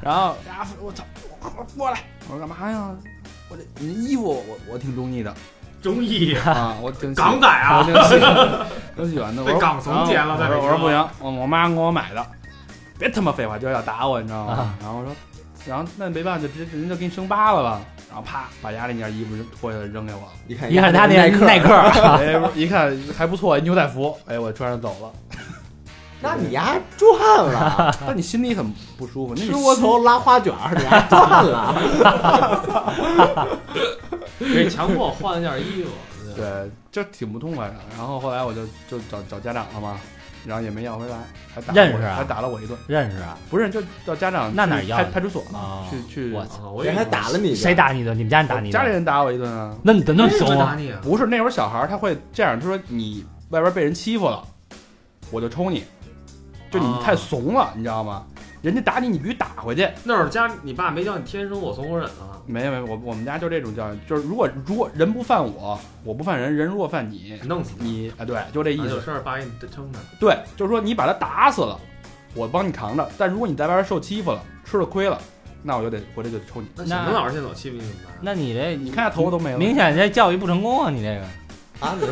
Speaker 3: 然后啊，我操，我我过来，我说干嘛呀？我这你的衣服我我挺中意的
Speaker 8: 中意
Speaker 3: 啊，我挺喜
Speaker 8: 港仔啊
Speaker 3: 我挺喜欢，挺喜欢的。我
Speaker 8: 被
Speaker 3: 说
Speaker 8: 港怂劫了
Speaker 3: 然后我说我说不
Speaker 8: 在北京啊
Speaker 3: 行，我我妈给我买的，别他妈废话，就要打我，你知道吗
Speaker 4: 啊？
Speaker 3: 然后我说，然后那没办法，就直接人就给你生疤了吧。然后啪，把家里那件衣服就脱下来扔给我了。
Speaker 5: 一看
Speaker 4: 你看他那耐克，
Speaker 3: 哎，一看还不错，牛仔服，哎，我穿上走 了。
Speaker 5: 那你丫赚了，
Speaker 3: 但你心里很不舒服，那你
Speaker 5: 吃窝头拉花卷儿，你丫赚了。
Speaker 8: 被强迫换了件衣服，对吧
Speaker 3: 对，就挺不痛快的。然后后来我就就找找家长了嘛，然后也没要回来，还打了
Speaker 4: 认
Speaker 3: 我
Speaker 4: 识啊
Speaker 3: 还打了我一顿，
Speaker 4: 认识啊？
Speaker 3: 不是就到家长
Speaker 4: 那
Speaker 3: 去
Speaker 4: 哪儿要
Speaker 3: 派
Speaker 4: 的
Speaker 3: 派出所嘛
Speaker 4: 哦，
Speaker 3: 去去
Speaker 4: 我
Speaker 8: 啊我以为
Speaker 5: 人还打了你一顿，
Speaker 4: 谁打你的？你们家人打
Speaker 3: 我
Speaker 4: 你的？
Speaker 3: 家里人打我一顿啊，
Speaker 4: 那你怎么那
Speaker 8: 为
Speaker 4: 么
Speaker 8: 什么
Speaker 4: 怂
Speaker 8: 打
Speaker 4: 啊？
Speaker 8: 你啊？
Speaker 3: 不是那会儿小孩儿他会这样，他说你外边被人欺负了，我就抽你，就你
Speaker 8: 啊
Speaker 3: 太怂
Speaker 4: 哦
Speaker 3: 了，你知道吗？人家打你，你必须打回去。
Speaker 8: 那会儿家你爸没叫你天生我怂我忍啊？
Speaker 3: 没有没有，我我们家就这种教育，就是如果如果人不犯我，我不犯人，人若犯你，
Speaker 8: 弄死你！
Speaker 3: 你啊对，就这意
Speaker 8: 啊
Speaker 3: 思
Speaker 4: 嗯
Speaker 8: 有。事儿爸给你撑着。
Speaker 3: 对，就是说你把他打死了，我帮你扛着；但如果你在外边受欺负了，吃了亏了，那我就得回来就抽你。
Speaker 8: 那小明老师现在老欺负你怎么办？
Speaker 4: 那你这
Speaker 3: 你看下头发都没了，
Speaker 4: 明显这教育不成功啊！你这个
Speaker 5: 啊？你说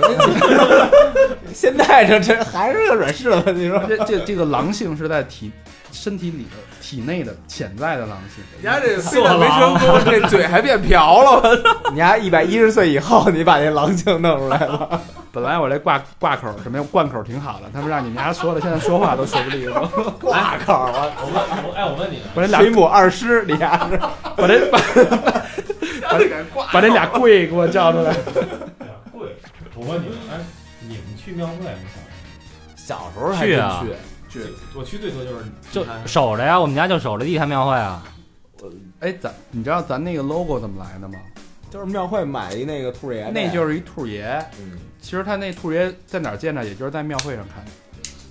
Speaker 5: 你 现在这这还是个软柿子，你说
Speaker 3: 这这这个狼性是在体身体里的体内的潜在的狼性。
Speaker 7: 人家这非但没成功，这嘴还变瓢了。
Speaker 5: 你丫一百一十岁以后，你把那狼性弄出来 了，
Speaker 3: 本来我这挂挂口什么呀，贯口挺好的，他们让你们家说的，现在说话都说不利 索。
Speaker 5: 挂口啊！
Speaker 8: 我问，我哎，我问你啊，
Speaker 3: 把这俩
Speaker 5: 水母二师，你丫是
Speaker 3: 把这把把这俩贵给我叫出来。
Speaker 8: 哎贵，我问你们，哎，你们去庙会没有？
Speaker 5: 小时候还
Speaker 4: 去
Speaker 5: 真
Speaker 4: 啊
Speaker 5: 去，
Speaker 8: 我去最多就是
Speaker 4: 就
Speaker 8: 地摊
Speaker 4: 守着呀，我们家就守着地坛庙会啊。
Speaker 3: 哎，咱你知道咱那个 logo 怎么来的吗？
Speaker 5: 就是庙会买一那个兔儿爷，
Speaker 3: 那就是一兔爷。
Speaker 5: 嗯。
Speaker 3: 其实他那兔爷在哪儿见着，也就是在庙会上看见。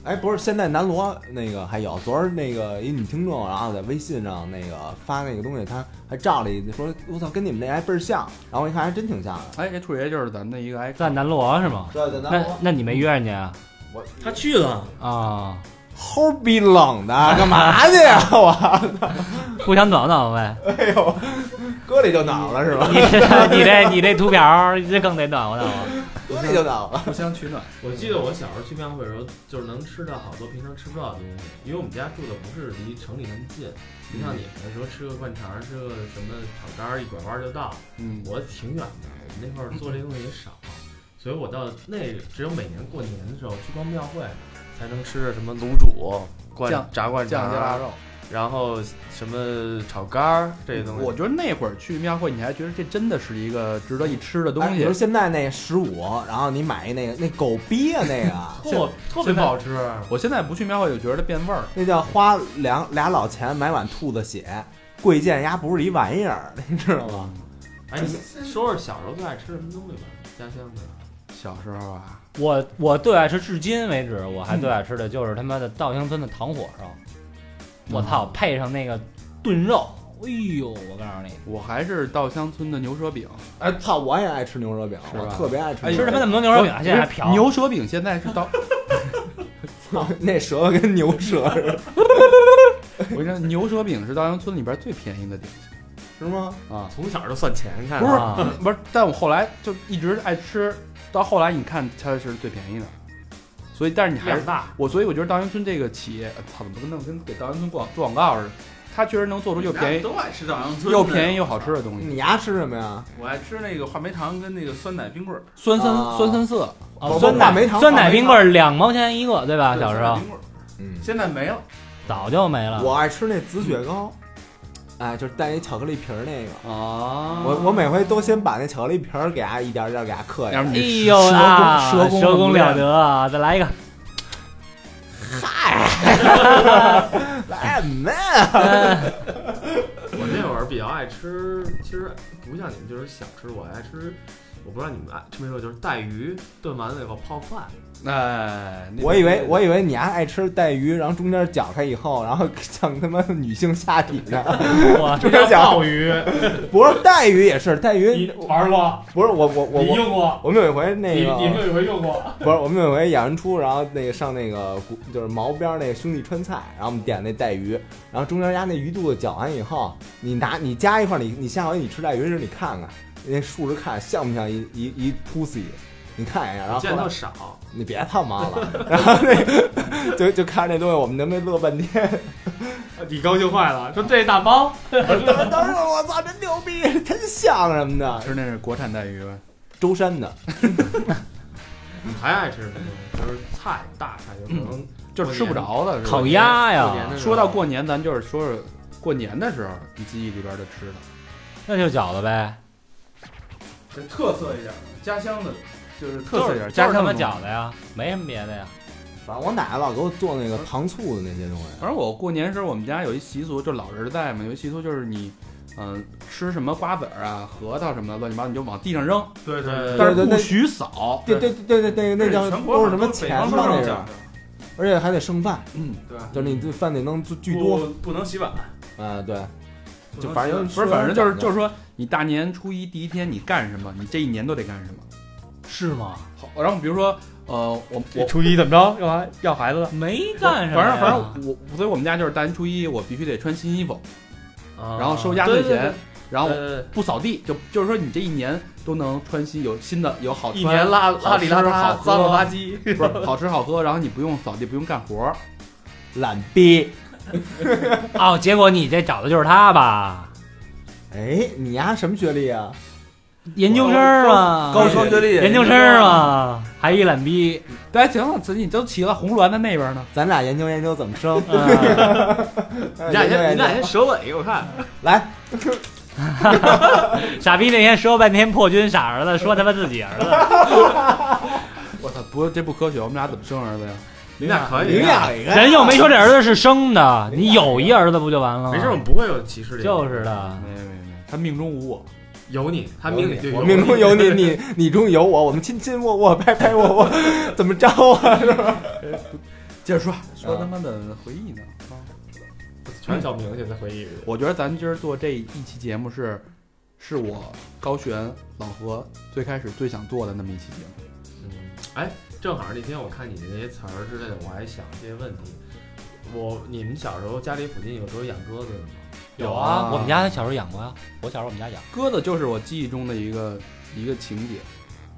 Speaker 5: 哎，不是，现在南锣那个还有，昨儿那个一女听众，然后在微信上那个发那个东西，她还照了一说，我操，跟你们那还倍儿像，然后我一看还真挺像的。
Speaker 3: 哎，这兔爷就是咱们的一个 icon。
Speaker 4: 在南锣是吗？
Speaker 5: 对，在
Speaker 4: 那
Speaker 3: 哎
Speaker 4: 那你没约人家啊？
Speaker 5: 我
Speaker 8: 他去了，
Speaker 4: 啊，
Speaker 5: 齁逼冷的，干嘛去呀、 我
Speaker 4: 互相暖和暖和呗。
Speaker 5: 哎呦，搁里就恼了是吧？
Speaker 4: 你这你这你这秃瓢儿，这更得暖和暖和。
Speaker 5: 搁里就恼了。
Speaker 3: 互相取暖。
Speaker 8: 我记得我小时候去庙会的时候，就是能吃到好多平常吃不到的东西，因为我们家住的不是离城里那么近，不像你们那时候吃个灌肠，吃个什么炒肝儿，一拐弯儿就到。
Speaker 3: 嗯，
Speaker 8: 我挺远的，我们那会儿做这东西也少，所以我到那只有每年过年的时候去逛庙会，才能吃着什么卤煮、灌
Speaker 3: 酱
Speaker 8: 炸灌
Speaker 3: 酱鸡腊
Speaker 8: 肠，
Speaker 3: 肉。
Speaker 8: 然后什么炒肝儿这些东西。
Speaker 3: 我觉得那会儿去庙会，你还觉得这真的是一个值得一吃的东
Speaker 5: 哎你
Speaker 3: 西
Speaker 5: 说。现在那十五，然后你买一那个那狗逼啊那个，
Speaker 8: 特特别不好吃，
Speaker 3: 我现在不去庙会，就觉得变味儿。
Speaker 5: 那叫花两俩老钱买碗兔子血，贵贱丫不是一玩意儿，你知道吗？
Speaker 8: 哎，你说说小时候最爱吃什么东西吧，家乡的。
Speaker 3: 小时候啊，
Speaker 4: 我我最爱吃，至今为止我还最爱吃的就是他妈的稻香村的糖火烧，我操，配上那个炖肉，哎呦，我告诉你，
Speaker 3: 我还是稻香村的牛舌饼。
Speaker 5: 哎，操，我也爱吃牛舌饼，
Speaker 3: 是吧
Speaker 5: 我特别爱吃
Speaker 3: 哎
Speaker 5: 牛
Speaker 4: 吃
Speaker 5: 舌
Speaker 4: 他妈
Speaker 5: 饼。
Speaker 4: 那么多牛肉饼，现在还
Speaker 3: 不
Speaker 4: 瓢
Speaker 3: 是。牛舌饼现在是稻，
Speaker 5: 那舌头跟牛舌似的，
Speaker 3: 我跟你说，牛舌饼是稻香村里边最便宜的点心
Speaker 5: 是吗？
Speaker 3: 啊。
Speaker 8: 从小就算钱，看
Speaker 3: 不是
Speaker 4: 啊
Speaker 3: 不是，但我后来就一直爱吃，到后来你看它是最便宜的。所以但是你还
Speaker 8: 量
Speaker 3: 是
Speaker 8: 大，
Speaker 3: 我，所以我觉得稻香村这个企业，呃操、怎么跟弄跟给稻香村广做广告似的？它确实能做出又便宜
Speaker 7: 都爱吃稻香村，
Speaker 3: 又便宜又好吃。的东西，
Speaker 5: 你牙吃什么呀？
Speaker 7: 我爱吃那个话梅糖跟那个酸奶冰棍儿，
Speaker 3: 酸三
Speaker 5: 啊
Speaker 3: 酸三色，
Speaker 5: 我
Speaker 4: 哦，酸
Speaker 5: 话梅
Speaker 4: 奶
Speaker 5: 糖
Speaker 4: 酸
Speaker 7: 话
Speaker 4: 奶
Speaker 7: 梅
Speaker 4: 冰棍儿两毛钱一个，对吧？
Speaker 7: 对
Speaker 4: 小时
Speaker 7: 酸奶
Speaker 4: 候
Speaker 7: 冰棍儿
Speaker 5: 嗯，
Speaker 7: 现在没了，
Speaker 4: 早就没了。
Speaker 5: 我爱吃那紫雪糕，哎，就是带一巧克力皮儿那个。
Speaker 3: 啊
Speaker 5: 我我每回都先把那巧克力皮儿给它一点儿一点儿给它刻
Speaker 3: 要
Speaker 5: 下
Speaker 3: 不
Speaker 4: 哎
Speaker 5: 来。
Speaker 3: 你
Speaker 4: 呦
Speaker 5: 蛇
Speaker 4: 啊，
Speaker 5: 公蛇公
Speaker 4: 蛇公
Speaker 5: 怎么
Speaker 4: 了
Speaker 5: 样
Speaker 4: 得啊！再来一个，
Speaker 5: 来，man，
Speaker 8: 我那会儿比较爱吃，其实不像你们就是小吃，我爱吃，我不知道你们爱吃没吃过，就是带鱼炖完了以后泡饭，
Speaker 3: 哎，那个
Speaker 5: 我以为我以为你还爱吃带鱼，然后中间搅开以后，然后 像他妈女性下体呢。
Speaker 4: 我
Speaker 5: 中间搅，
Speaker 8: 鲍鱼，
Speaker 5: 不是带鱼也是带
Speaker 8: 你
Speaker 5: 鱼，
Speaker 8: 玩过？
Speaker 5: 不是我我我我
Speaker 8: 用过？
Speaker 5: 我们有一回那个
Speaker 8: 有回用过？
Speaker 5: 不是我们有一回演完出，然后那个上那个古就是毛边儿那个兄弟川菜，然后我们点那带鱼，然后中间压那鱼肚子搅完以后，你拿你夹一块儿，你你下回你吃带鱼时你看看那竖着看像不像一一一 pussy，你看一下，然后
Speaker 8: 见
Speaker 5: 后来
Speaker 8: 特少，
Speaker 5: 你别他妈了，然后那 就就看着那东西，我们能被乐半天。
Speaker 8: 你高兴坏了，说这大包，
Speaker 5: 当当时我操，真牛逼，真像什么的，
Speaker 3: 吃那是国产带鱼吧？
Speaker 5: 舟山的，
Speaker 8: 你嗯还爱吃什么？就是菜大菜，就可能
Speaker 3: 就是吃不着的，是吧
Speaker 4: 烤鸭
Speaker 8: 过年
Speaker 4: 呀
Speaker 8: 的，时候
Speaker 3: 说到过年，咱就是说说过年的时候，你记忆里边的吃的。
Speaker 4: 那就是饺子呗，
Speaker 7: 这特色一点儿的，家乡的，就是特
Speaker 3: 特
Speaker 7: 色
Speaker 3: 色
Speaker 7: 一点
Speaker 3: 一点
Speaker 7: 儿。
Speaker 3: 儿
Speaker 4: 就
Speaker 3: 家
Speaker 4: 是他
Speaker 3: 乡
Speaker 4: 妈
Speaker 3: 的
Speaker 4: 饺子呀，没什么别的呀。
Speaker 5: 反正我奶奶老给我做那个糖醋的那些东西。
Speaker 3: 反正我过年时候，我们家有一习俗，就老人在嘛，有一习俗就是你，嗯、吃什么瓜子儿啊、核桃什么的乱七八糟，你就往地上扔，
Speaker 7: 对对对，
Speaker 3: 呃但是
Speaker 5: 对
Speaker 3: 不
Speaker 5: 对
Speaker 3: 许扫。
Speaker 5: 对对对对对，那
Speaker 7: 这
Speaker 5: 那叫
Speaker 7: 全国
Speaker 5: 都是什么
Speaker 7: 北
Speaker 5: 钱
Speaker 7: 方
Speaker 5: 吧？
Speaker 7: 都是这
Speaker 5: 那
Speaker 7: 么
Speaker 5: 是，
Speaker 7: 讲究，
Speaker 5: 而且还得剩饭，
Speaker 3: 嗯，
Speaker 7: 对，
Speaker 5: 就是你这饭得能做巨
Speaker 7: 啊不
Speaker 5: 多
Speaker 7: 不能洗碗，
Speaker 5: 啊，对，
Speaker 7: 不
Speaker 5: 就
Speaker 7: 能
Speaker 5: 反正
Speaker 7: 洗碗
Speaker 3: 不是，反正就是就是说，你大年初一第一天你干什么，你这一年都得干什么。
Speaker 4: 是吗？
Speaker 3: 好，然后比如说，呃，我我
Speaker 8: 初一怎么着？干嘛要孩子了？
Speaker 4: 没干什么
Speaker 3: 反
Speaker 4: 呀，
Speaker 3: 正反正我，所以我们家就是大年初一我必须得穿新衣服，
Speaker 8: 然
Speaker 3: 然后收压岁钱，然后
Speaker 8: 呃，
Speaker 3: 不扫地，就就是说你这一年都能穿新有新的有好
Speaker 8: 一
Speaker 3: 穿
Speaker 8: 年拉拉
Speaker 3: 好
Speaker 8: 里
Speaker 3: 吃
Speaker 8: 拉
Speaker 3: 好
Speaker 8: 遢，
Speaker 3: 喝
Speaker 8: 脏了吧 唧。
Speaker 3: 不是好吃好喝，然后你不用扫地，不用干活 儿，
Speaker 5: 懒逼。
Speaker 4: 哦，结果你这找的就是他吧？
Speaker 5: 哎，你丫什么学历啊？
Speaker 4: 研究生儿嘛，
Speaker 7: 高双学历，
Speaker 3: 啊
Speaker 4: 研究生儿嘛，还一懒逼，
Speaker 3: 哎，行了，子你都骑到红鸾的那边呢，
Speaker 5: 咱俩研究研究怎么生。
Speaker 4: 嗯
Speaker 7: 哎
Speaker 5: 你
Speaker 8: 你俩先，你俩先蛇尾，我看
Speaker 5: 来，
Speaker 4: 傻逼那天说半天破军傻儿子，说他妈自己儿子，
Speaker 3: 我操，不这不科学，我们俩怎么生儿子呀？
Speaker 8: 你俩
Speaker 7: 哎
Speaker 8: 可以
Speaker 5: 领
Speaker 8: 啊。
Speaker 5: 养一个。
Speaker 4: 人又没说这儿子是生的，你有一儿子不就完了吗？
Speaker 8: 没事，我们不会有歧视的。
Speaker 4: 就是的，
Speaker 3: 没没没，他命中无我，
Speaker 8: 有你，他命里就有
Speaker 5: 我
Speaker 8: 你
Speaker 5: 命中有你，你你中有我，我们亲亲我我，拍拍我我，怎么着啊？是吧？
Speaker 3: 接着说 说
Speaker 5: 啊
Speaker 3: 他妈的回忆呢。啊
Speaker 8: 全是小明现在回忆里。
Speaker 3: 我觉得咱今儿做这一期节目是，是我高璇老何最开始最想做的那么一期节目。
Speaker 8: 嗯，哎，正好那天我看你的那些词儿之类的，我还想这些问题。我你们小时候家里附近有时候养鸽子的吗？
Speaker 3: 有啊
Speaker 4: 我们家小时候养过呀，我小时候我们家养，
Speaker 3: 鸽子就是我记忆中的一个一个情节，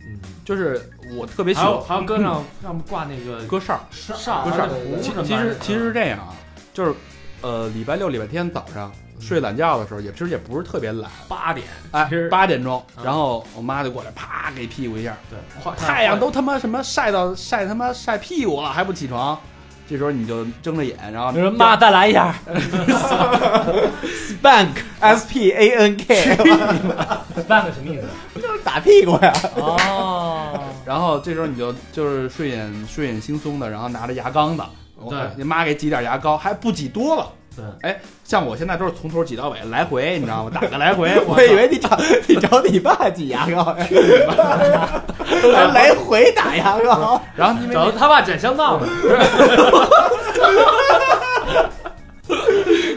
Speaker 8: 嗯，
Speaker 3: 就是我特别喜
Speaker 8: 还有
Speaker 3: 欢
Speaker 8: 还有鸽上上面挂那个
Speaker 3: 鸽哨儿。
Speaker 8: 上
Speaker 5: 不是
Speaker 8: 上面
Speaker 5: 其
Speaker 8: 那
Speaker 3: 其其
Speaker 8: 个
Speaker 3: 实其实是这样啊，就是呃礼拜六礼拜天早上睡懒觉的时候，也其实也不是特别懒，
Speaker 8: 八点，
Speaker 3: 哎
Speaker 8: 嗯其实，
Speaker 3: 八点钟，
Speaker 8: 啊
Speaker 3: 然后我妈就过来啪给屁股一下，
Speaker 8: 对，
Speaker 3: 太阳都他妈什么晒到晒他妈晒屁股了还不起床，这时候你就睁着眼，然后
Speaker 4: 你说妈再来一下，
Speaker 5: spank s p a n k
Speaker 4: 半个什么意思？啊
Speaker 5: 打屁股呀？
Speaker 4: 哦，
Speaker 3: 然后这时候你就就是睡眼睡眼惺忪的，然后拿着牙缸子，我
Speaker 8: 对
Speaker 3: 你妈给挤点牙膏，还不挤多了。哎
Speaker 8: 对，
Speaker 3: 像我现在都是从头挤到尾，来回，你知道吗？打个来 回，
Speaker 5: 我以为你找你找你爸挤牙膏呀，还来回打牙膏。
Speaker 3: 然后因为
Speaker 8: 找他爸捡香皂，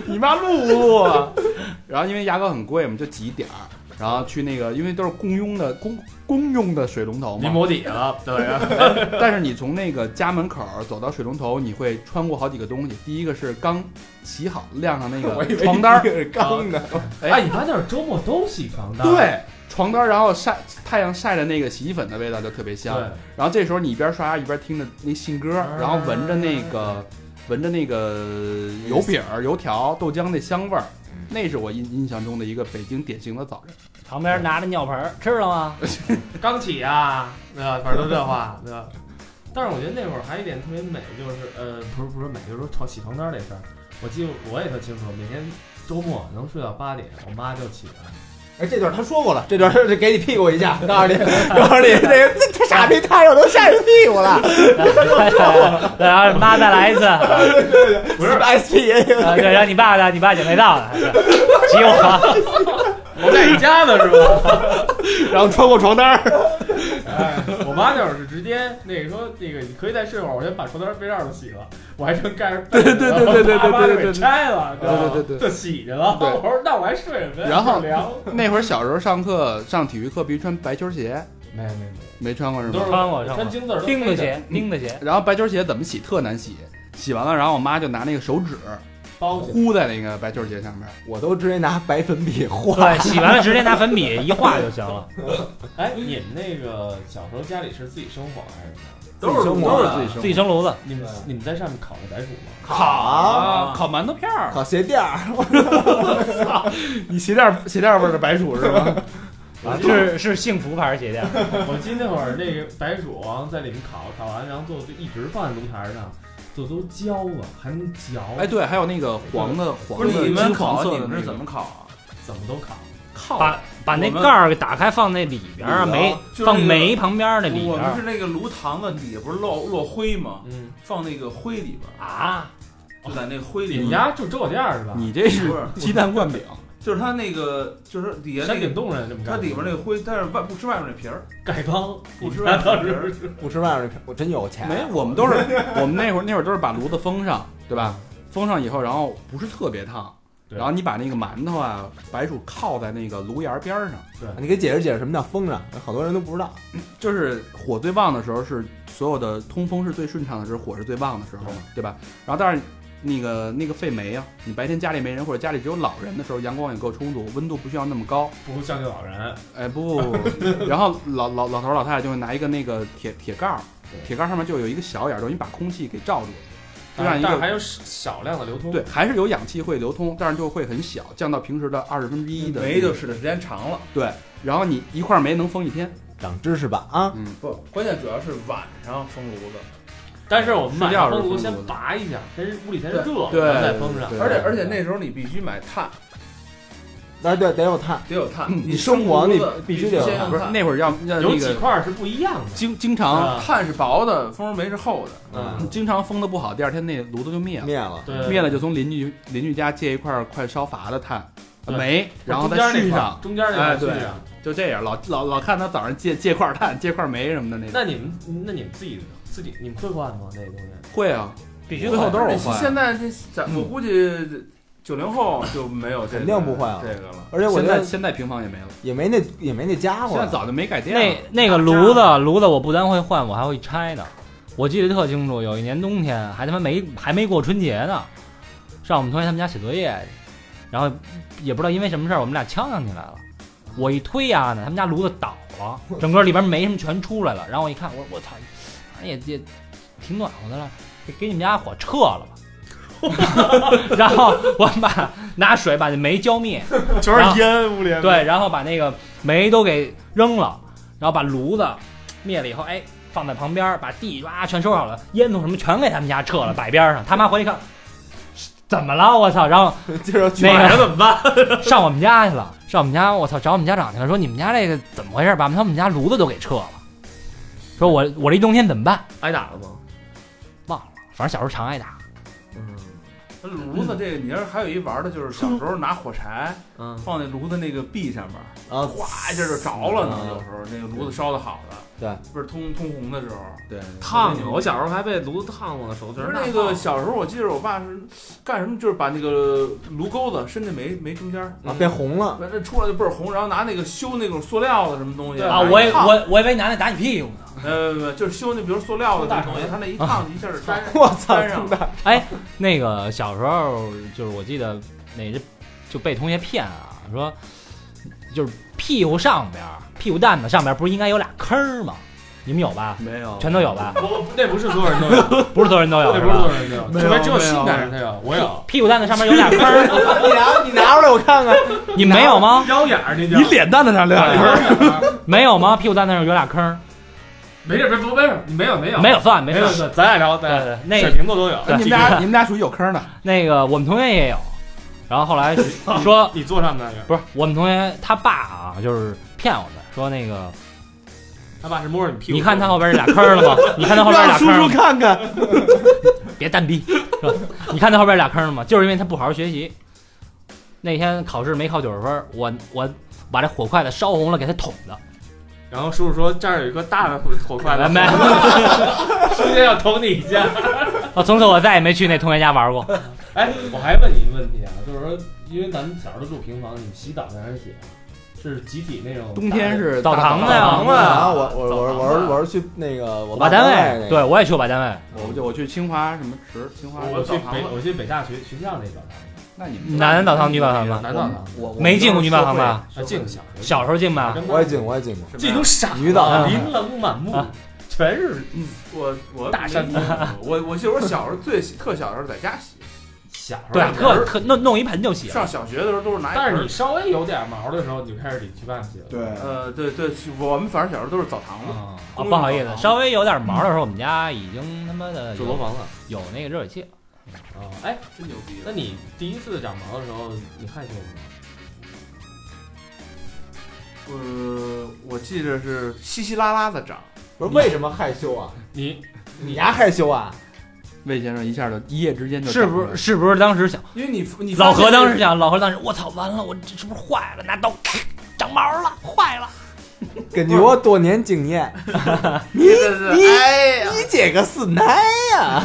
Speaker 3: 你妈录不录啊？ 然后因为牙膏很贵嘛，就挤一点儿，然后去那个，因为都是公用的公公用的水龙头
Speaker 8: 你
Speaker 3: 嘛。
Speaker 8: 摸底下了，对啊呀，
Speaker 3: 但是你从那个家门口儿走到水龙头，你会穿过好几个东西。第一个是刚洗 好晾上那个床单儿，
Speaker 5: 是钢的，
Speaker 3: 哎
Speaker 8: 啊哎，你发现那是周末都洗床单，
Speaker 3: 对，床单，然后晒太阳晒着那个洗衣粉的味道就特别香。然后这时候你一边刷牙一边听着那信鸽，
Speaker 7: 嗯
Speaker 3: 然后闻着那个闻着那个油饼儿、油条、豆浆那香味儿，
Speaker 7: 嗯
Speaker 3: 那是我印印象中的一个北京典型的早晨。
Speaker 4: 旁边拿着尿盆儿，吃了吗？
Speaker 8: 刚起啊，对吧？反正都这话，对吧？但是我觉得那会儿还有一点特别美，就是呃，不是不是美，就是说床洗床单这事儿，我记得我也特清楚，每天周末能睡到八点，我妈就起来，
Speaker 5: 哎，这段他说过了，这段是给你屁股一下，告诉你， 告诉你，这个这这傻逼太阳都晒你屁股了，
Speaker 4: 然后妈再来一次，啊
Speaker 5: 不是 S P A，
Speaker 4: 对，然后你爸呢？你爸也没到呢，急我。啊
Speaker 8: 我在你家呢是吧？
Speaker 3: 然后穿过床单 儿，
Speaker 8: 哎，我妈那会儿是直接那个说那个你可以再睡会儿，我先把床单被罩都洗了，我还正盖着被子呢，
Speaker 3: 对对对对对
Speaker 8: 我妈就
Speaker 3: 对对
Speaker 8: 给
Speaker 3: 对
Speaker 8: 拆了，知道吗
Speaker 3: 对对对
Speaker 8: 就洗去了。
Speaker 3: 对
Speaker 8: 我说那我还睡什么呀？
Speaker 3: 然后
Speaker 8: 凉，
Speaker 3: 那会儿小时候上课上体育课必须穿白球鞋，
Speaker 8: 没有没有没
Speaker 3: 没穿过是
Speaker 8: 有，都是
Speaker 3: 吗？
Speaker 4: 穿过穿过
Speaker 8: 穿金字儿都
Speaker 4: 钉
Speaker 8: 黑
Speaker 4: 子
Speaker 8: 的
Speaker 4: 鞋，钉子鞋，
Speaker 3: 然后白球鞋怎么洗特难洗，洗完了，然后我妈就拿那个手指
Speaker 8: 包起来
Speaker 3: 糊在那个白球鞋上面。
Speaker 5: 我都直接拿白粉笔画，
Speaker 4: 对，洗完了直接拿粉笔一画就行了。
Speaker 8: 哎，你们那个小时候家里是自己生火还是怎么
Speaker 7: 都
Speaker 8: 样？
Speaker 7: 是
Speaker 5: 生活
Speaker 7: 都是
Speaker 5: 的
Speaker 7: 自己生
Speaker 4: 自己生炉子，
Speaker 8: 你们你们在上面烤的白薯吗？
Speaker 5: 烤啊，
Speaker 3: 烤馒头片儿，
Speaker 5: 烤鞋垫儿，
Speaker 3: 你鞋垫儿鞋垫儿味儿的白薯是吗？
Speaker 4: 是是幸福牌鞋垫，
Speaker 8: 我记得那会儿那个白薯在里面烤，烤完然后最后就一直放在炉台上，就都焦了，还能嚼。
Speaker 3: 哎，，对，还有那个黄的黄
Speaker 7: 不
Speaker 3: 的
Speaker 7: 是你
Speaker 3: 金
Speaker 7: 们
Speaker 3: 黄
Speaker 7: 烤，
Speaker 3: 色
Speaker 7: 你
Speaker 3: 的
Speaker 7: 们
Speaker 3: 那
Speaker 7: 是怎
Speaker 3: 个，
Speaker 7: 么烤啊？
Speaker 8: 怎么都烤。
Speaker 4: 把把那
Speaker 7: 我们
Speaker 4: 盖儿给打开，放那里边儿，啊
Speaker 5: 里边儿
Speaker 4: 煤
Speaker 7: 就是
Speaker 4: 放
Speaker 7: 那个
Speaker 4: 煤旁边儿那里
Speaker 7: 我
Speaker 4: 边
Speaker 7: 们
Speaker 4: 儿
Speaker 7: 是那个炉膛子底下不是落落灰吗？
Speaker 8: 嗯
Speaker 7: 放那个灰里边儿，
Speaker 8: 啊，
Speaker 7: 就在那灰
Speaker 8: 你
Speaker 7: 里
Speaker 8: 们
Speaker 7: 边儿。
Speaker 8: 家住周小店儿是吧？
Speaker 3: 你这是
Speaker 7: 不是，
Speaker 3: 鸡蛋灌饼，
Speaker 7: 就是它那个，就是底下
Speaker 8: 山
Speaker 7: 那
Speaker 8: 顶
Speaker 7: 个，
Speaker 8: 洞人这么干
Speaker 7: 它里边那个灰，但是外不吃外面那皮儿，
Speaker 8: 盖缸，
Speaker 7: 不吃
Speaker 8: 你
Speaker 7: 外
Speaker 8: 们
Speaker 7: 面
Speaker 8: 家
Speaker 7: 那
Speaker 8: 当
Speaker 7: 皮儿
Speaker 8: 时。
Speaker 5: 不吃外面的，我真有钱，啊
Speaker 3: 没，我们 都是我们那会儿那会儿都是把炉子封上，对吧？封上以后，然后不是特别烫，
Speaker 8: 对
Speaker 3: 然后你把那个馒头啊、白薯靠在那个炉沿儿边儿上，
Speaker 5: 你给解释解释什么叫风筝，好多人都不知道，
Speaker 3: 就是火最旺的时候是所有的通风是最顺畅的时候，火是最旺的时候嘛，对吧？然后但是那个那个废煤啊，你白天家里没人或者家里只有老人的时候，阳光也够充足，温度不需要那么高。
Speaker 8: 不如像个老人，
Speaker 3: 哎不不不不不，然后老老老头儿老太太就会拿一个那个铁铁盖儿，铁盖儿上面就有一个小眼儿，等于把空气给罩住了，就让
Speaker 8: 哎但
Speaker 3: 一
Speaker 8: 是还
Speaker 3: 个
Speaker 8: 有少量的流通。
Speaker 3: 对，还是有氧气会流通，但是就会很小，降到平时的二十分之一的
Speaker 7: 没就。是的时间长了。
Speaker 3: 然后你一块煤能封一天，
Speaker 5: 长知识吧啊，
Speaker 3: 嗯，
Speaker 7: 不，关键主要是晚上封炉子，
Speaker 8: 但是我们买
Speaker 3: 睡觉
Speaker 8: 的
Speaker 3: 是
Speaker 8: 风炉
Speaker 3: 风
Speaker 8: 先
Speaker 3: 炉的
Speaker 8: 拔一下，先屋里先热，
Speaker 3: 对
Speaker 8: 然后再封
Speaker 5: 啊
Speaker 8: 上。
Speaker 3: 对
Speaker 7: 而且而且那时候你必须买炭，
Speaker 5: 哎对，得有碳，
Speaker 7: 得有炭。
Speaker 3: 嗯
Speaker 5: 你生活
Speaker 7: 炉子
Speaker 5: 你必
Speaker 7: 必
Speaker 5: 须得有
Speaker 7: 先
Speaker 5: 炭
Speaker 7: 用
Speaker 3: 不是
Speaker 7: 炭。
Speaker 3: 那会儿要要
Speaker 8: 有
Speaker 3: 那
Speaker 8: 几
Speaker 3: 个
Speaker 8: 块儿是不一样的。
Speaker 3: 经经常
Speaker 8: 啊
Speaker 7: 炭是薄的，蜂窝煤是厚的。
Speaker 8: 嗯，
Speaker 3: 经常封的不好，第二天那炉子就灭了，
Speaker 5: 灭了，
Speaker 8: 对，
Speaker 3: 灭了就从邻居邻居家借一块快烧乏的炭
Speaker 8: 对
Speaker 3: 煤，然后
Speaker 8: 中
Speaker 3: 再
Speaker 8: 间
Speaker 3: 续
Speaker 8: 那块
Speaker 3: 上
Speaker 8: 儿，，中间那块
Speaker 3: 哎
Speaker 8: 儿
Speaker 3: 对
Speaker 8: 续上。
Speaker 3: 就这样，老老老看他早上借借块炭、借块煤什么的那种。
Speaker 8: 那你们那你们自己自己你们会换吗？那个东西？
Speaker 3: 会啊，
Speaker 4: 必须
Speaker 3: 最后
Speaker 4: 换
Speaker 3: 都是我
Speaker 7: 现
Speaker 3: 换。
Speaker 7: 现在这咱我估计九零后就没有这个
Speaker 5: 嗯肯定不会啊
Speaker 7: 这个了。
Speaker 5: 而且我
Speaker 3: 现
Speaker 5: 觉
Speaker 3: 在
Speaker 5: 得
Speaker 3: 现在平房也没了，
Speaker 5: 也没那也没那家伙
Speaker 3: 现在
Speaker 5: 了，
Speaker 3: 早就没改电
Speaker 4: 那
Speaker 3: 了。
Speaker 4: 那个炉子，炉子我不单会换，我还会拆呢。我记得特清楚，有一年冬天还他妈没还没过春节呢，上我们同学他们家写作业，然后也不知道因为什么事儿，我们俩呛呛起来了。我一推呀、呢，他们家炉子倒 了，整个里边没什么全出来了。然后我一看，我说我操，哎也也挺暖和的了，给给你们家火撤了 吧。然后我把拿水把那煤浇灭，
Speaker 8: 全
Speaker 4: 是
Speaker 8: 烟，屋里
Speaker 4: 对，然后把那个煤都给扔了，然后把炉子灭了以后，哎，放在旁边儿，把地哇全收拾好了，烟囱什么全给他们家撤了，摆边儿上。他妈回来一看，怎么了？我操！然后
Speaker 5: 就是去
Speaker 4: 那个
Speaker 8: 怎么办？
Speaker 4: 上我们家去了，上我们家，我操，找我们家长去了，说你们家这个怎么回事？把他们家炉子都给撤了，说我我这一冬天怎么办？
Speaker 8: 挨打了吗？
Speaker 4: 忘了，反正小时候常挨打。
Speaker 5: 嗯
Speaker 7: 炉子这个，你要是还有一玩的，就是小时候拿火柴
Speaker 8: 嗯，
Speaker 7: 放在炉子那个壁上面，
Speaker 5: 啊，
Speaker 7: 哗一下就着了呢。有时候那个炉子烧的好的，
Speaker 5: 嗯对
Speaker 7: 不是通通红的时候，
Speaker 3: 对，
Speaker 8: 烫过，我小时候还被炉子烫过呢，手
Speaker 7: 就
Speaker 8: 指
Speaker 7: 是
Speaker 8: 儿
Speaker 7: 那个小时候，我记得我爸是干什么，就是把那个炉钩子伸进煤煤中间儿，
Speaker 5: 啊变红了，
Speaker 7: 完了出来就倍儿红，然后拿那个修那种塑料的什么东西
Speaker 8: 对
Speaker 4: 啊，
Speaker 7: 拿一
Speaker 4: 我也
Speaker 7: 烫
Speaker 4: 我我以为拿那打你屁股呢。
Speaker 7: 呃不不就是修那比如塑料的那种东西，它那一烫一下就粘上。
Speaker 5: 我操，
Speaker 7: 粘上
Speaker 5: 真的，
Speaker 4: 那个小时候就是我记得那就被同学骗啊，说就是屁股上边儿，屁股蛋子上边儿不是应该有俩坑儿吗？你们有 吧？
Speaker 3: 没有，
Speaker 4: 全都有吧？
Speaker 8: 我 那不是所有人都有，
Speaker 4: 不是所有人都有
Speaker 8: 那
Speaker 4: 是
Speaker 8: 不是所
Speaker 4: 吧？
Speaker 8: 有人都有，
Speaker 3: 没有
Speaker 8: 除非只有
Speaker 3: 没有
Speaker 8: 新男人才有，我有。
Speaker 4: 屁股蛋子上面有俩坑儿，
Speaker 5: 你拿你拿出来我看看。
Speaker 4: 你没有吗？
Speaker 8: 腰眼儿那叫
Speaker 3: 你脸蛋子上亮一根，
Speaker 4: 没有吗？屁股蛋子上有俩坑儿，
Speaker 8: 没事，别不没事，没有没有
Speaker 4: 没有算没
Speaker 8: 没有
Speaker 4: 算。
Speaker 8: 事，咱俩聊，咱
Speaker 4: 对
Speaker 8: 俩
Speaker 4: 对，那
Speaker 8: 水瓶座都有。
Speaker 4: 对
Speaker 3: 你们俩你们俩属于有坑的，
Speaker 4: 那个我们同学也有，然后后来 说
Speaker 8: 你坐上面那个，
Speaker 4: 不是我们同学他爸啊，就是骗我们说那个，
Speaker 8: 他爸是摸着你屁股，
Speaker 4: 你看他后边这俩坑儿了 吗？你看他后边这俩
Speaker 5: 让叔
Speaker 4: 坑儿
Speaker 5: 叔
Speaker 4: 了吗，
Speaker 5: 看看，
Speaker 4: 别蛋逼，是吧你看他后边这俩坑儿了吗？就是因为他不好好学习，那天考试没考九十分儿，我我把这火筷子烧红了，给他捅的。
Speaker 8: 然后叔叔说这儿有一个大的火筷子，
Speaker 4: 没，
Speaker 8: 瞬间要捅你一下。
Speaker 4: 我啊从此我再也没去那同学家玩过。
Speaker 8: 哎，我还问你一个问题啊，就是说，因为咱们小时候住平房，你们洗澡在哪儿洗啊？是集体那种？
Speaker 3: 冬天
Speaker 5: 哎
Speaker 3: 是
Speaker 4: 澡堂子呀
Speaker 3: 呀，
Speaker 5: 然后啊我我我我
Speaker 8: 澡
Speaker 5: 是
Speaker 8: 堂子
Speaker 5: 我是去那个我
Speaker 4: 我爸
Speaker 5: 单
Speaker 4: 单位，
Speaker 5: 那个
Speaker 4: 对我也去我爸单位。
Speaker 3: 我就我去清华什么池，清华
Speaker 8: 我去
Speaker 3: 澡堂
Speaker 8: 北，
Speaker 3: 子，
Speaker 8: 我去北大学学校那澡堂
Speaker 3: 那你们
Speaker 4: 男澡堂女澡堂
Speaker 8: 子，
Speaker 4: 吧，
Speaker 8: 男澡堂
Speaker 5: 我我
Speaker 4: 没进过女澡堂吧？
Speaker 8: 子，进小时
Speaker 4: 小时啊候进吧，
Speaker 8: 候
Speaker 5: 我也进，我也进过。
Speaker 8: 这
Speaker 3: 嗯
Speaker 8: 种傻
Speaker 5: 女澡
Speaker 4: 堂
Speaker 8: 琳琅满目
Speaker 4: 啊，
Speaker 8: 全是
Speaker 7: 我我
Speaker 8: 大山头
Speaker 7: 我我记得我小时候最洗特小的时候在家洗，
Speaker 8: 小时候
Speaker 4: 对
Speaker 8: 大，门
Speaker 4: 特
Speaker 8: 儿
Speaker 4: 特弄弄一盆就洗了。啊
Speaker 7: 上小学的时候都是拿一盆儿。
Speaker 8: 但是你稍微有点毛的时候，你就开始得去外面洗了。
Speaker 5: 对，
Speaker 7: 呃，对对，我们反正小时候都是澡堂子，
Speaker 8: 啊，
Speaker 4: 啊，不好意思，稍微有点毛的时候，我们家已经他妈的
Speaker 8: 住楼
Speaker 4: 有
Speaker 8: 房了。
Speaker 4: 有那个热水器了。
Speaker 8: 啊，哎，
Speaker 7: 真牛逼
Speaker 8: 那你第一次长毛的时候，你害羞吗？
Speaker 7: 呃，我记着是稀稀拉拉的长，
Speaker 5: 不是为什么害羞啊？
Speaker 8: 你
Speaker 5: 你丫害羞啊？
Speaker 3: 魏先生一下就一夜之间就是
Speaker 4: 不是是不是当时想
Speaker 7: 因为你你
Speaker 4: 老何当时想老何当时我操完了我这是不是坏了拿刀咔长毛了坏了
Speaker 5: 根据我多年经验，
Speaker 7: 你
Speaker 5: 你
Speaker 7: 哎呀，
Speaker 5: 你这个是男呀？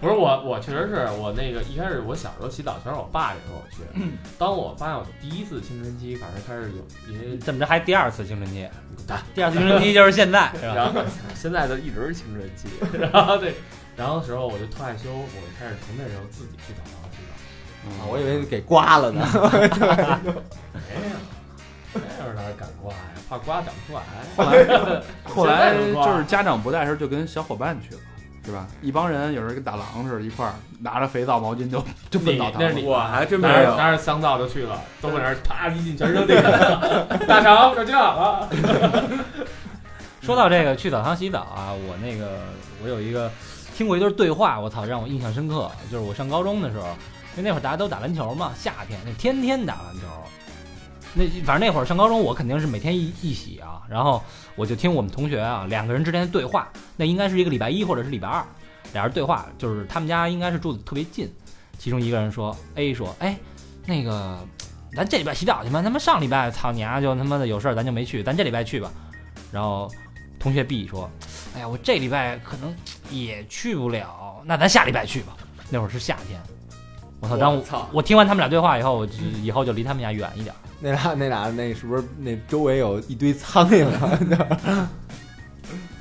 Speaker 8: 不是我，我确实是我那个一开始我小时候洗澡全是我爸领着我去。当我发现我第一次青春期，反正开始有一些
Speaker 4: 呃怎么着还第二次青春期？
Speaker 8: 滚蛋，
Speaker 4: 第二次青春期就是现 在是吧？
Speaker 8: 啊然后嗯现在都一直是青春期， 然后对，然后时候我就特害羞，我就开始从那时候自己去澡堂洗澡。
Speaker 5: 啊我以为给刮了呢。
Speaker 8: 没有，那时候哪敢刮呀？怕刮长不出来。
Speaker 3: 后来后来
Speaker 8: 现在不
Speaker 3: 就
Speaker 8: 刮
Speaker 3: 是家长不在的时候，就跟小伙伴去了。是吧？一帮人有时候跟打狼似的，一块儿拿着肥皂、毛巾就就奔
Speaker 8: 你
Speaker 3: 澡堂
Speaker 8: 那
Speaker 3: 了
Speaker 8: 是。你
Speaker 7: 我还真没
Speaker 8: 拿着
Speaker 7: 有。
Speaker 8: 拿着香皂就去了，都搁那儿啪一进全扔地上了，大肠就这样了。
Speaker 4: 说到这个去澡堂洗澡啊，我那个我有一个听过一段对话，我操，让我印象深刻。就是我上高中的时候，因为那会儿大家都打篮球嘛，夏天那天天打篮球。那反正那会儿上高中，我肯定是每天一一洗啊。然后我就听我们同学啊两个人之间的对话，那应该是一个礼拜一或者是礼拜二，俩人对话，就是他们家应该是住的特别近。其中一个人说，A 说，哎，那个咱这礼拜洗澡去吧，他妈上礼拜操你丫、就他妈的有事儿咱就没去，咱这礼拜去吧。然后同学 B 说：“哎呀，我这礼拜可能也去不了，那咱下礼拜去吧。”那会儿是夏天，我操！当我
Speaker 8: 操！
Speaker 4: 我听完他们俩对话以后，我就以后就离他们家远一点。
Speaker 5: 那俩那俩那是不是那周围有一堆苍蝇啊？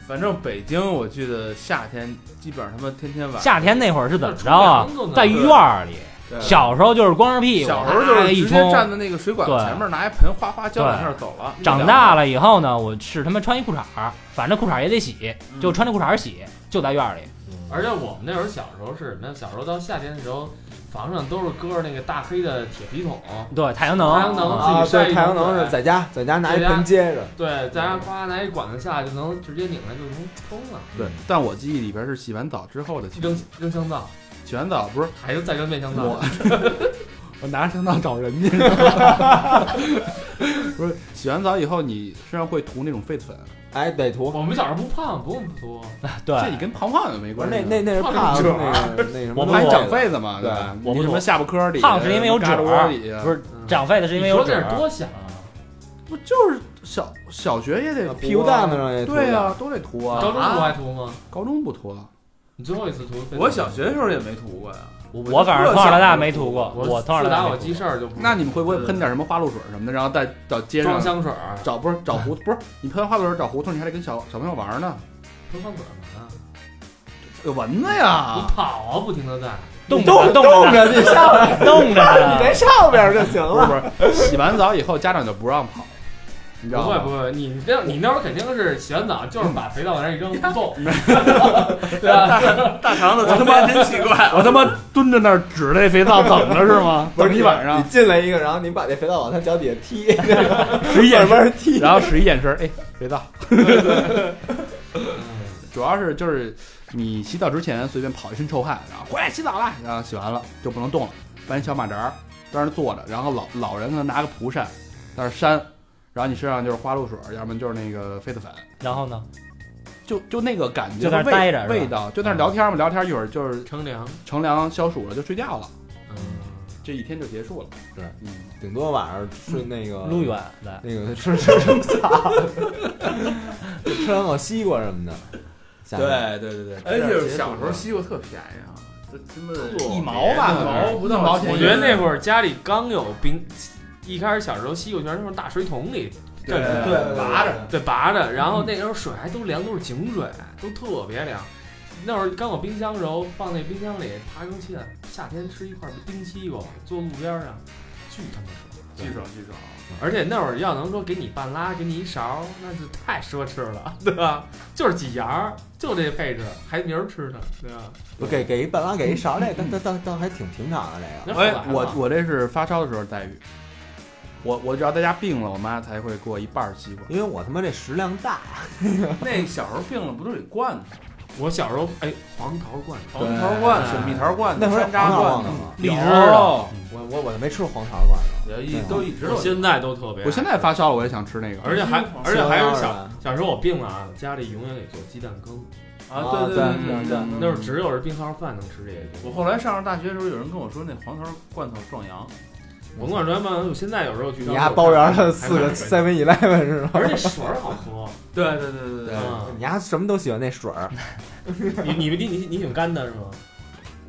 Speaker 7: 反正北京，我记得夏天基本上他妈天天晚上。
Speaker 4: 夏天那会儿是怎么着啊？在院儿里，
Speaker 7: 对
Speaker 3: 嗯
Speaker 4: 小时候就是光着屁股，
Speaker 7: 小时候就是
Speaker 4: 一
Speaker 7: 直接
Speaker 4: 冲。
Speaker 7: 站在那个水管子
Speaker 4: 对
Speaker 7: 前面拿一盆哗哗浇两下走了。
Speaker 4: 长大了以后呢，我是他妈穿一裤衩儿，反正裤衩儿也得洗，
Speaker 7: 嗯
Speaker 4: 就穿着裤衩儿洗，就在院儿里。
Speaker 5: 啊
Speaker 8: 而且我们那时候小时候是什么呀？小时候到夏天的时候，房上都是搁着那个大黑的铁皮桶，
Speaker 4: 对，太阳能，
Speaker 8: 太阳能
Speaker 4: 啊
Speaker 5: 啊，
Speaker 8: 自己晒
Speaker 5: 对，
Speaker 8: 一
Speaker 5: 太阳
Speaker 8: 桶
Speaker 5: 能
Speaker 8: 水
Speaker 5: 是在家在家拿一
Speaker 8: 在家
Speaker 5: 盆接着。
Speaker 8: 对，再上夸拿一管子下来就能直接拧开就能冲了，
Speaker 3: 对，但我记忆里边是洗完澡之后的情况
Speaker 8: 扔扔香皂，
Speaker 3: 洗完澡不是
Speaker 8: 还是再扔面香皂
Speaker 3: 我，我拿着香皂找人去，不是洗完澡以后你身上会涂那种痱粉，
Speaker 5: 哎，北图，
Speaker 8: 我们小时候不胖，不用多，
Speaker 4: 对，
Speaker 3: 这你跟胖胖也没
Speaker 5: 不
Speaker 3: 关
Speaker 5: 是
Speaker 3: 系
Speaker 5: 那那
Speaker 3: 啊。
Speaker 5: 那是怕那
Speaker 8: 胖
Speaker 5: 个 那什么，
Speaker 4: 我
Speaker 3: 怕
Speaker 4: 们
Speaker 3: 你
Speaker 4: 我
Speaker 3: 长痱子嘛，
Speaker 5: 对
Speaker 3: 吧？
Speaker 4: 我
Speaker 3: 你
Speaker 4: 不
Speaker 3: 什
Speaker 4: 懂
Speaker 3: 么下巴颏里
Speaker 4: 胖是因为有
Speaker 3: 胳肢窝里，啊
Speaker 4: 不是长痱子是因为
Speaker 8: 你
Speaker 4: 有
Speaker 8: 说
Speaker 4: 褶
Speaker 8: 这
Speaker 4: 儿。
Speaker 8: 是多想啊！
Speaker 3: 不就是小小学啊也得
Speaker 5: 屁股蛋子上也
Speaker 3: 对
Speaker 5: 呀、
Speaker 3: 呀，都得涂啊。
Speaker 8: 高中不还涂吗？
Speaker 3: 高中不涂啊，嗯
Speaker 8: 你最后一次涂？
Speaker 7: 我小学的时候也没涂过呀。
Speaker 4: 我反正从小到大没涂过，
Speaker 8: 我
Speaker 4: 从小
Speaker 8: 自
Speaker 4: 到大
Speaker 8: 打
Speaker 4: 没
Speaker 8: 我
Speaker 4: 涂
Speaker 8: 记
Speaker 4: 过
Speaker 8: 事儿就不
Speaker 3: 那你们会不会喷点什么花露水什么的，然后再到街
Speaker 8: 装
Speaker 3: 上
Speaker 8: 香水儿，
Speaker 3: 找不是找胡不是你喷花露水找胡同，你还得跟小小朋友玩呢，
Speaker 8: 喷香水儿干嘛？
Speaker 3: 有蚊子
Speaker 8: 你
Speaker 3: 呀。
Speaker 8: 跑啊，不停的在。
Speaker 4: 冻
Speaker 5: 冻
Speaker 4: 冻
Speaker 5: 冻
Speaker 4: 着
Speaker 5: 着你上，
Speaker 4: 呢冻着
Speaker 5: 你
Speaker 4: 呢
Speaker 5: 这上边儿就行
Speaker 3: 不是
Speaker 5: 了。
Speaker 3: 不是，洗完澡以后家长就不让跑，
Speaker 5: 你知
Speaker 8: 不
Speaker 5: 道
Speaker 8: 会
Speaker 5: 吗？
Speaker 8: 不会，你这样你那会儿肯定是洗完澡就是把肥皂往那儿一扔
Speaker 3: 嗯
Speaker 8: 不 动，对吧？
Speaker 6: 大大肠子，我他妈真奇怪，
Speaker 3: 我他妈蹲在那儿指着那肥皂等着是吗？
Speaker 5: 不是
Speaker 3: 等一晚上
Speaker 5: 你，进来一个，然后你把那肥皂往他脚底下踢，
Speaker 3: 使一眼神，
Speaker 5: 慢踢。
Speaker 3: 然后使一眼神，哎，肥皂。主要是就是你洗澡之前随便跑一身臭汗，然后回来洗澡了，然后洗完了就不能动了，搬小马扎儿在那儿坐着，然后老老人可能拿个蒲扇在那儿扇，然后你身上就是花露水，要么就是那个痱子粉，
Speaker 4: 然后呢？
Speaker 3: 就就那个感觉，
Speaker 4: 就在那儿
Speaker 3: 味
Speaker 4: 待着是吧
Speaker 3: 味道就在那儿聊天嘛，聊天一会儿就是
Speaker 9: 乘凉，
Speaker 3: 乘凉消暑了就睡觉了，
Speaker 9: 嗯，
Speaker 3: 这一天就结束了。
Speaker 5: 对
Speaker 3: 嗯，
Speaker 5: 顶多晚上吃那个
Speaker 4: 路远来，
Speaker 5: 那个吃吃吃草，吃两口西瓜什么的。下面，
Speaker 3: 对对对，
Speaker 6: 而且小时候西瓜特便宜啊，这他妈
Speaker 3: 一毛吧，可能
Speaker 6: 一毛不到
Speaker 3: 一毛钱一
Speaker 6: 我对
Speaker 3: 个。
Speaker 8: 我觉得那会儿家里刚有冰，一开始小时候西瓜全是从大水桶里
Speaker 6: 对
Speaker 8: 对
Speaker 6: 对对拔着，
Speaker 8: 对拔着，然后那时候水还都凉，都是井水，都特别凉。那会儿刚有冰箱时候，放那冰箱里爬根芡，夏天吃一块冰西瓜，坐路边上，巨他妈爽。
Speaker 6: 巨爽巨爽。
Speaker 8: 而且那会儿要能说给你半拉，给你一勺，那就太奢侈了，对吧？就是几芽儿，就这配置，还明儿吃呢，对吧？
Speaker 5: 我给给一半拉，给一勺，这倒倒倒倒还挺平常的这个。
Speaker 8: 那后来
Speaker 3: 哎
Speaker 8: 嘛，
Speaker 3: 我我这是发烧的时候待遇，我我只要在家病了，我妈才会给我一半儿西瓜。
Speaker 5: 因为我他妈这食量大，
Speaker 6: 那小时候病了不都得罐头，
Speaker 8: 我小时候哎，黄桃罐头，
Speaker 6: 黄桃罐、水蜜桃罐、
Speaker 5: 那会儿
Speaker 6: 山楂
Speaker 5: 黄桃
Speaker 6: 罐
Speaker 5: 罐头吗？嗯
Speaker 3: 荔枝
Speaker 6: 有
Speaker 3: 的，
Speaker 5: 我我我没吃过黄桃罐啊头，
Speaker 6: 有一都一直有
Speaker 8: 我现在都特别爱。
Speaker 3: 我现在发烧了，我也想吃那个。
Speaker 8: 而且还
Speaker 6: 黄
Speaker 8: 而且还
Speaker 5: 黄桃
Speaker 8: 是小
Speaker 5: 啊
Speaker 8: 小时候我病了啊，家里永远给做鸡蛋羹，
Speaker 6: 啊，对对对
Speaker 8: 嗯
Speaker 5: 嗯
Speaker 8: 那会儿只有是病号饭能吃这些东西。
Speaker 6: 我后来上上大学的时候，有人跟我说那黄桃罐头壮阳，
Speaker 8: 甭管说嘛，我现在有时候去
Speaker 5: 你家包圆了四个 Seven Eleven 是吗？
Speaker 8: 而且水儿好喝。
Speaker 6: 对对对对对，
Speaker 8: 嗯
Speaker 5: 你家什么都喜欢那水儿，
Speaker 8: 你你你你你挺干的是吗？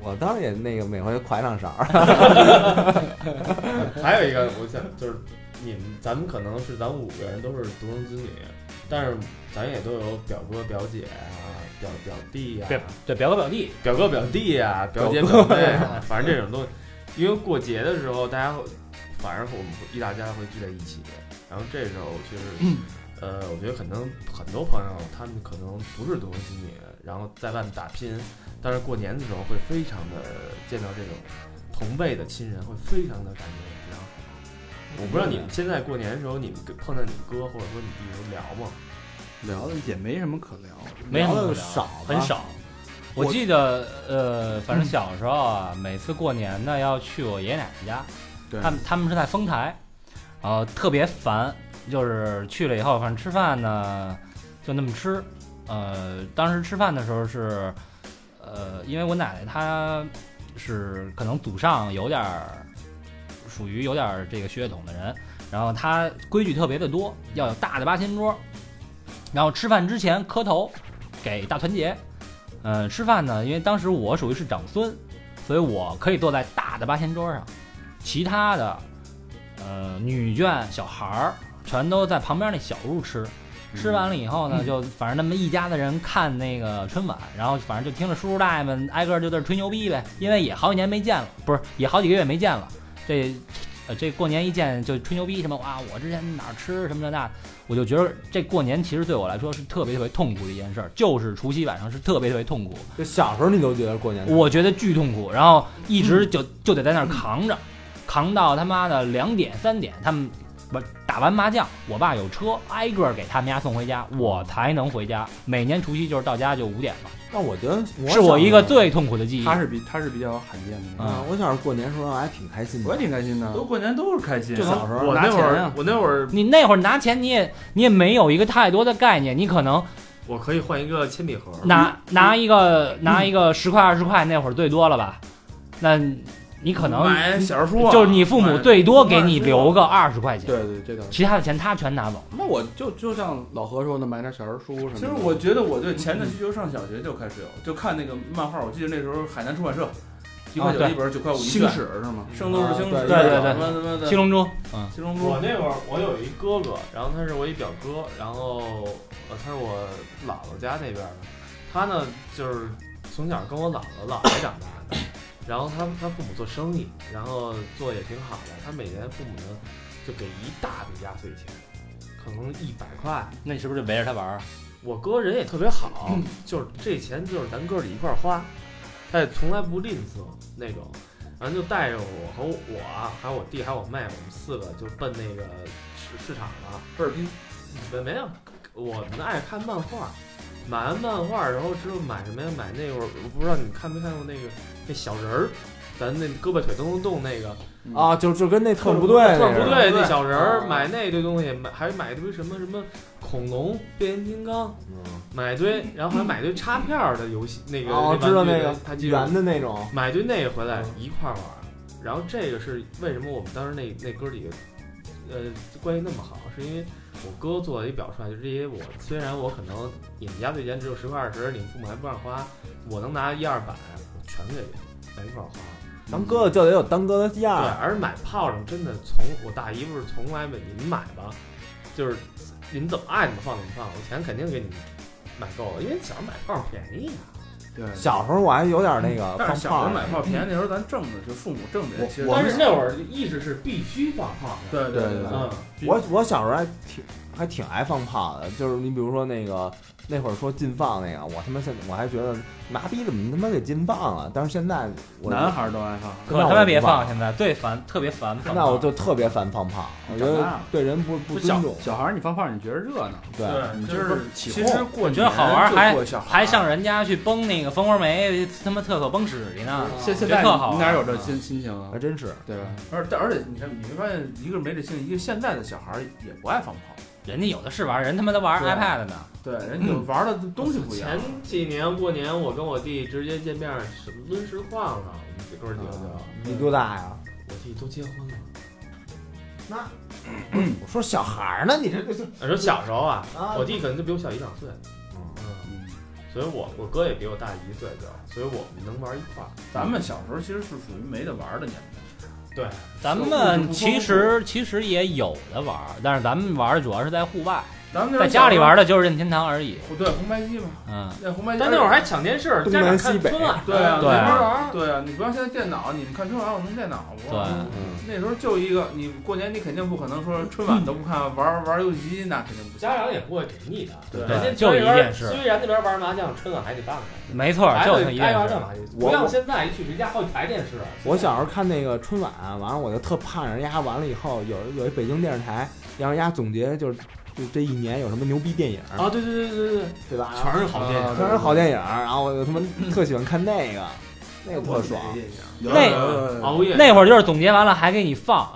Speaker 5: 我当然也那个每回快两勺。
Speaker 8: 还有一个，我想就是你们，咱们可能是咱们五个人都是独生子女，但是咱也都有表哥表姐啊，表表弟啊呀、
Speaker 4: 对对，表哥表弟，
Speaker 8: 表哥表弟 呀、表姐表妹啊，反正这种东西，因为过节的时候大家会，反正我们会一大家会聚在一起，然后这时候就是，呃，我觉得可能很多朋友他们可能不是独生子女，然后在外面打拼，但是过年的时候会非常的见到这种同辈的亲人，会非常的感觉良好。我不知道你们现在过年的时候，你们跟碰到你哥或者说你弟有聊吗？
Speaker 3: 聊的也没什么可聊。
Speaker 4: 没什么
Speaker 5: 聊
Speaker 4: 可聊
Speaker 5: 得少
Speaker 4: 很
Speaker 5: 吧嗯
Speaker 4: 少。我记得，呃，反正小时候啊，每次过年呢要去我爷爷奶奶家，
Speaker 3: 对
Speaker 4: 他们他们是在丰台，然后特别烦，就是去了以后，反正吃饭呢就那么吃，呃，当时吃饭的时候是，呃，因为我奶奶她是可能祖上有点儿属于有点儿这个血统的人，然后她规矩特别的多，要有大的八仙桌，然后吃饭之前磕头给大团结。嗯，吃饭呢，因为当时我属于是长孙，所以我可以坐在大的八仙桌上，其他的，呃，女眷、小孩儿全都在旁边那小屋吃。吃完了以后呢，就反正那么一家子人看那个春晚，然后反正就听着叔叔大爷们挨个就在这吹牛逼呗，因为也好几年没见了，不是也好几个月没见了，这，呃，这过年一见就吹牛逼什么哇，我之前哪儿吃什么这那的，我就觉得这过年其实对我来说是特别特别痛苦的一件事儿，就是除夕晚上是特别特别痛苦，
Speaker 5: 就小时候你都觉得过年
Speaker 4: 我觉得巨痛苦，然后一直就就得在那儿扛着，扛到他妈的两点三点，他们不打完麻将，我爸有车，挨个儿给他们家送回家，我才能回家。每年除夕就是到家就五点了，
Speaker 5: 那我觉得
Speaker 4: 是
Speaker 5: 我
Speaker 4: 我一个
Speaker 5: 小时候
Speaker 4: 最痛苦的记忆嗯
Speaker 3: 他。是比他是比较罕见的那种，
Speaker 5: 啊，我小时候过年时候还挺开心
Speaker 3: 我
Speaker 5: 的
Speaker 3: 也。挺开心的。
Speaker 6: 都过年都是开心。
Speaker 3: 小时候
Speaker 6: 我
Speaker 3: 拿
Speaker 6: 那会
Speaker 3: 钱
Speaker 6: 儿
Speaker 3: 呀
Speaker 8: 我那会儿
Speaker 4: 你那会儿拿钱，你也你也没有一个太多的概念，你可能
Speaker 8: 我可以换一个铅笔盒，
Speaker 4: 拿
Speaker 3: 嗯
Speaker 4: 拿一个拿一个十块二十块，那会儿最多了吧？那你可能
Speaker 6: 买小书啊，
Speaker 4: 就是你父母
Speaker 6: 买
Speaker 4: 最多给你
Speaker 6: 买啊
Speaker 4: 留个二十块钱，
Speaker 3: 对对，这倒是。
Speaker 4: 其他的钱他全拿走。
Speaker 3: 那我就就像老何说的，买点小人书什么的。
Speaker 6: 其实我觉得我对钱的需求上小学就开始有，就看那个漫画。我记得那时候海南出版社一
Speaker 4: 哦
Speaker 6: 块九一本，九块五一
Speaker 3: 星
Speaker 6: 卷，
Speaker 3: 矢是吗？
Speaker 6: 圣斗士星矢，
Speaker 5: 对
Speaker 4: 对对
Speaker 6: 什么什么的
Speaker 4: 七龙珠，嗯，
Speaker 6: 七龙珠
Speaker 8: 我，那会儿我有一哥哥，然后他是我一表哥，然后呃他是我姥姥家那边的，他呢就是从小跟我姥姥姥爷长大的，然后他他父母做生意，然后做得也挺好的，他每年父母呢就给一大笔压岁钱，可能一百块。
Speaker 4: 那你是不是就围着他玩儿？
Speaker 8: 我哥人也特别好，就是这钱就是咱哥儿几一块儿花，他也从来不吝啬那种，然后就带着我和我还有我弟还有我妹，我们四个就奔那个市市场了。
Speaker 7: 菲律宾
Speaker 8: 没没有，我们爱看漫画，买完漫画然后之后买什么呀？买那会儿我不知道你看没看过那个那小人儿，咱那胳膊腿都能动那个
Speaker 5: 啊，就就跟那特种部队那
Speaker 8: 特种部
Speaker 5: 似的
Speaker 8: 队
Speaker 7: 对
Speaker 8: 那小人儿，买那堆东西，买还买一堆什么什么恐龙、变形金刚，
Speaker 5: 嗯
Speaker 8: 买一堆，然后还买一堆插片儿的游戏，那个
Speaker 5: 哦，知道那个
Speaker 8: 他记得
Speaker 5: 圆的那种，
Speaker 8: 买一堆那个回来
Speaker 5: 嗯
Speaker 8: 一块儿玩儿。然后这个是为什么我们当时那那哥几个，呃，关系那么好，是因为我哥做了一表率，就是因为我虽然我可能你们家对钱只有十块二十，你们父母还不让花，我能拿一二百，我全给咱一块儿花。
Speaker 5: 当哥哥就得有当哥的样
Speaker 8: 对
Speaker 5: 儿，，
Speaker 8: 而买炮仗真的从我大姨夫是从来没你们买吧，就是你们怎么爱怎么放怎么放，我钱肯定给你们买够了，因为小时候买炮仗便宜啊。
Speaker 7: 对，
Speaker 5: 小时候我还有点那
Speaker 3: 嗯
Speaker 5: 个
Speaker 7: 但
Speaker 5: 放
Speaker 7: 是小时候
Speaker 5: 炮
Speaker 7: 买
Speaker 5: 呢，
Speaker 7: 炮便宜，那时候咱挣的是父母挣的，
Speaker 5: 我
Speaker 7: 其实
Speaker 5: 我
Speaker 8: 但
Speaker 5: 们
Speaker 8: 是那会儿意识是必须放炮仗。
Speaker 7: 对对
Speaker 5: 对
Speaker 8: 嗯，
Speaker 5: 我我小时候还挺还挺爱放炮的，就是你比如说那个那会儿说禁放那个，我他妈现我还觉得麻痹怎么他妈给禁放了，但是现在我
Speaker 1: 男孩儿都爱放，
Speaker 5: 那
Speaker 4: 可
Speaker 5: 我
Speaker 4: 他妈别
Speaker 5: 不放
Speaker 4: 放！现在最烦，特别烦放炮。
Speaker 5: 那我就特别烦放炮，我觉
Speaker 1: 长
Speaker 5: 得
Speaker 1: 大了
Speaker 5: 对人不不
Speaker 3: 不
Speaker 5: 尊
Speaker 3: 小
Speaker 5: 重，
Speaker 3: 小孩儿你放炮，你觉得热闹，
Speaker 5: 对，
Speaker 7: 对，就
Speaker 3: 就是是起
Speaker 7: 其
Speaker 3: 哄
Speaker 7: 实过
Speaker 4: 你觉得好玩儿
Speaker 7: 年
Speaker 4: 还
Speaker 7: 就过小孩儿
Speaker 4: 还上人家去崩那个蜂窝煤，他妈厕所崩屎去呢。
Speaker 3: 现现
Speaker 4: 觉
Speaker 3: 在
Speaker 4: 得特好啊
Speaker 3: 你哪
Speaker 4: 玩
Speaker 3: 有这心心情啊
Speaker 5: 还？真是。
Speaker 3: 对吧？
Speaker 7: 而但而且你看，你会发现一个没这心理，一个现在的小孩儿也不爱放炮，
Speaker 4: 人家有的是玩儿，人他妈都玩
Speaker 7: 对
Speaker 4: iPad 呢。
Speaker 7: 对，人
Speaker 3: 嗯
Speaker 7: 家玩的东西不一样
Speaker 8: 前。几年过年，我跟我弟直接见面，什么抡实况了，我们这哥儿几个
Speaker 3: 啊
Speaker 8: 就，
Speaker 5: 你多大呀？
Speaker 8: 我弟都结婚了。
Speaker 5: 那我说小孩儿呢，你这这
Speaker 8: 我说小时候啊，
Speaker 5: 啊
Speaker 8: 我弟可能就比我小一两岁，嗯，所以我我哥也比我大一岁就，所以我们能玩一块儿。
Speaker 7: 咱们小时候其实是属于没得玩儿的年代，
Speaker 4: 咱们其实其实也有的玩儿，但是咱们玩儿的主要是在户外，
Speaker 7: 咱们那时候
Speaker 4: 在家里玩儿的啊就是任天堂而已。
Speaker 7: 小时候，对红白机嘛，
Speaker 4: 嗯，
Speaker 7: 那红白机，
Speaker 8: 但那会儿还抢电视，
Speaker 5: 东
Speaker 8: 家长
Speaker 5: 南
Speaker 8: 看
Speaker 5: 西北
Speaker 8: 春晚，
Speaker 7: 对啊，
Speaker 4: 对啊
Speaker 7: 那时候对啊，你不像现在电脑，你们看春晚，我从电脑不
Speaker 4: 对，
Speaker 7: 那时候就一个，你过年你肯定不可能说春晚都不看，玩儿玩儿游戏机那肯定不行。
Speaker 8: 家长也不会给你的。
Speaker 7: 对
Speaker 8: 人家
Speaker 4: 就一件事
Speaker 8: 虽然那边玩麻将，春晚还得办开，
Speaker 4: 没错，
Speaker 8: 还
Speaker 4: 就
Speaker 8: 得
Speaker 4: 他一
Speaker 8: 该
Speaker 4: 件
Speaker 8: 玩
Speaker 4: 事
Speaker 8: 干。嘛去。
Speaker 5: 我
Speaker 8: 不像现在一去谁家好几台电视。啊
Speaker 5: 我小时候看那个春晚，啊完了我就特盼着人家完了以后有有一北京电视台，让人家总结就是就这一年有什么牛逼电影，
Speaker 8: 啊，对对对对对，
Speaker 5: 对吧？
Speaker 8: 全是好电影。
Speaker 5: 全是好电影，然后我就他妈特喜欢看那个，那个特爽。
Speaker 8: 呃
Speaker 4: 那哦
Speaker 8: 熬夜
Speaker 4: 那会儿就是总结完了还给你放，